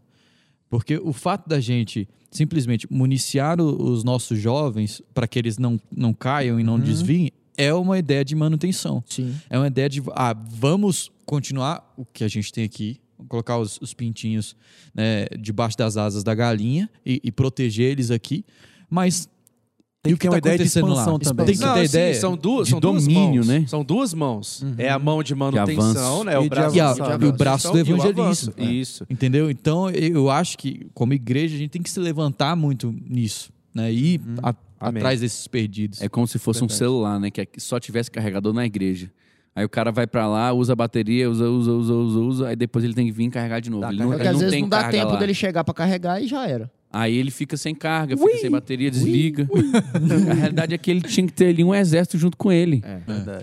Speaker 2: Porque o fato da gente simplesmente municiar o- os nossos jovens para que eles não, não caiam e não desviem é uma ideia de manutenção.
Speaker 3: Sim.
Speaker 2: É uma ideia de ah, vamos continuar o que a gente tem aqui, colocar os, os pintinhos né, debaixo das asas da galinha e, e proteger eles aqui, mas
Speaker 4: Tem
Speaker 2: e o
Speaker 4: que ter uma ideia de
Speaker 2: acontecendo
Speaker 4: expansão
Speaker 2: lá?
Speaker 4: também. né?
Speaker 2: Tem que
Speaker 5: Não,
Speaker 2: ter
Speaker 5: assim,
Speaker 2: ideia.
Speaker 5: são duas,
Speaker 1: de
Speaker 5: são duas
Speaker 1: domínio,
Speaker 5: mãos.
Speaker 1: né?
Speaker 5: São duas mãos. É a mão de manutenção,
Speaker 1: avanço.
Speaker 5: né? É o
Speaker 4: E de
Speaker 5: braço, Então,
Speaker 2: E,
Speaker 4: avanço.
Speaker 2: a- e o braço do
Speaker 5: e o
Speaker 2: evangelismo.
Speaker 5: avanço. Isso.
Speaker 2: Entendeu? Então, eu acho que, como igreja, a gente tem que se levantar muito nisso, né? E ir a-
Speaker 5: Uhum. Amém.
Speaker 2: atrás desses perdidos.
Speaker 1: É como se fosse um celular, né? Que aqui só tivesse carregador na igreja. Aí o cara vai pra lá, usa a bateria, usa, usa, usa, usa, usa. Aí depois ele tem que vir carregar de novo. Ele não,
Speaker 3: Porque
Speaker 1: ele
Speaker 3: às
Speaker 1: não
Speaker 3: vezes
Speaker 1: tem
Speaker 3: não dá
Speaker 1: carga
Speaker 3: tempo
Speaker 1: lá.
Speaker 3: dele chegar para carregar e já era.
Speaker 1: Aí ele fica sem carga, fica sem bateria, desliga. A realidade é que ele tinha que ter ali um exército junto com ele.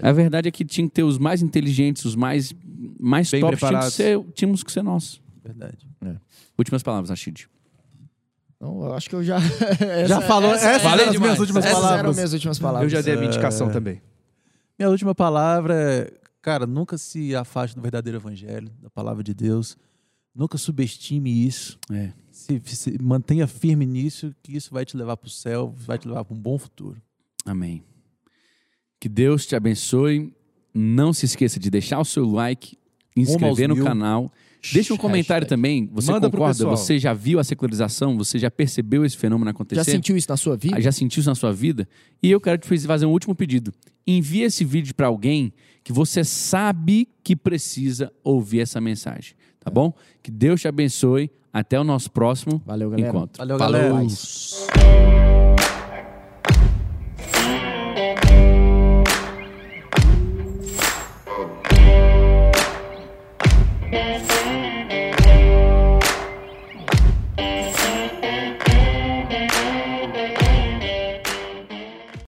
Speaker 1: A verdade é que tinha que ter os mais inteligentes, os mais, mais
Speaker 5: Bem
Speaker 1: tops. Tinha que
Speaker 5: preparados.
Speaker 1: ser, tínhamos que ser nós.
Speaker 4: Verdade.
Speaker 1: Últimas palavras, Rashid.
Speaker 3: Então, eu acho que eu já.
Speaker 4: Já falou. Essas eram
Speaker 2: valeu
Speaker 4: as
Speaker 2: demais.
Speaker 4: minhas últimas
Speaker 3: (laughs) Essas eram
Speaker 4: palavras.
Speaker 3: minhas últimas
Speaker 5: Eu
Speaker 3: palavras.
Speaker 5: já dei a minha indicação também.
Speaker 4: Minha última palavra é, cara, nunca se afaste do verdadeiro evangelho, da palavra de Deus. Nunca subestime isso.
Speaker 1: É.
Speaker 4: Se, se mantenha firme nisso, que isso vai te levar para o céu, vai te levar para um bom futuro.
Speaker 1: Amém. Que Deus te abençoe. Não se esqueça de deixar o seu like, inscrever
Speaker 4: aos
Speaker 1: no
Speaker 4: mil.
Speaker 1: canal. Deixa um comentário
Speaker 2: Hashtag.
Speaker 1: também. Você
Speaker 5: Manda pro
Speaker 1: concorda?
Speaker 5: pessoal.
Speaker 1: Você já viu a secularização? Você já percebeu esse fenômeno acontecer?
Speaker 3: Já sentiu isso na sua vida?
Speaker 1: Ah, já sentiu isso na sua vida? E eu quero te fez- fazer um último pedido. Envie esse vídeo para alguém que você sabe que precisa ouvir essa mensagem, tá bom? Que Deus te abençoe. Até o nosso próximo
Speaker 3: Valeu, galera.
Speaker 1: encontro.
Speaker 4: Valeu,
Speaker 3: Falou.
Speaker 4: galera.
Speaker 3: Paz.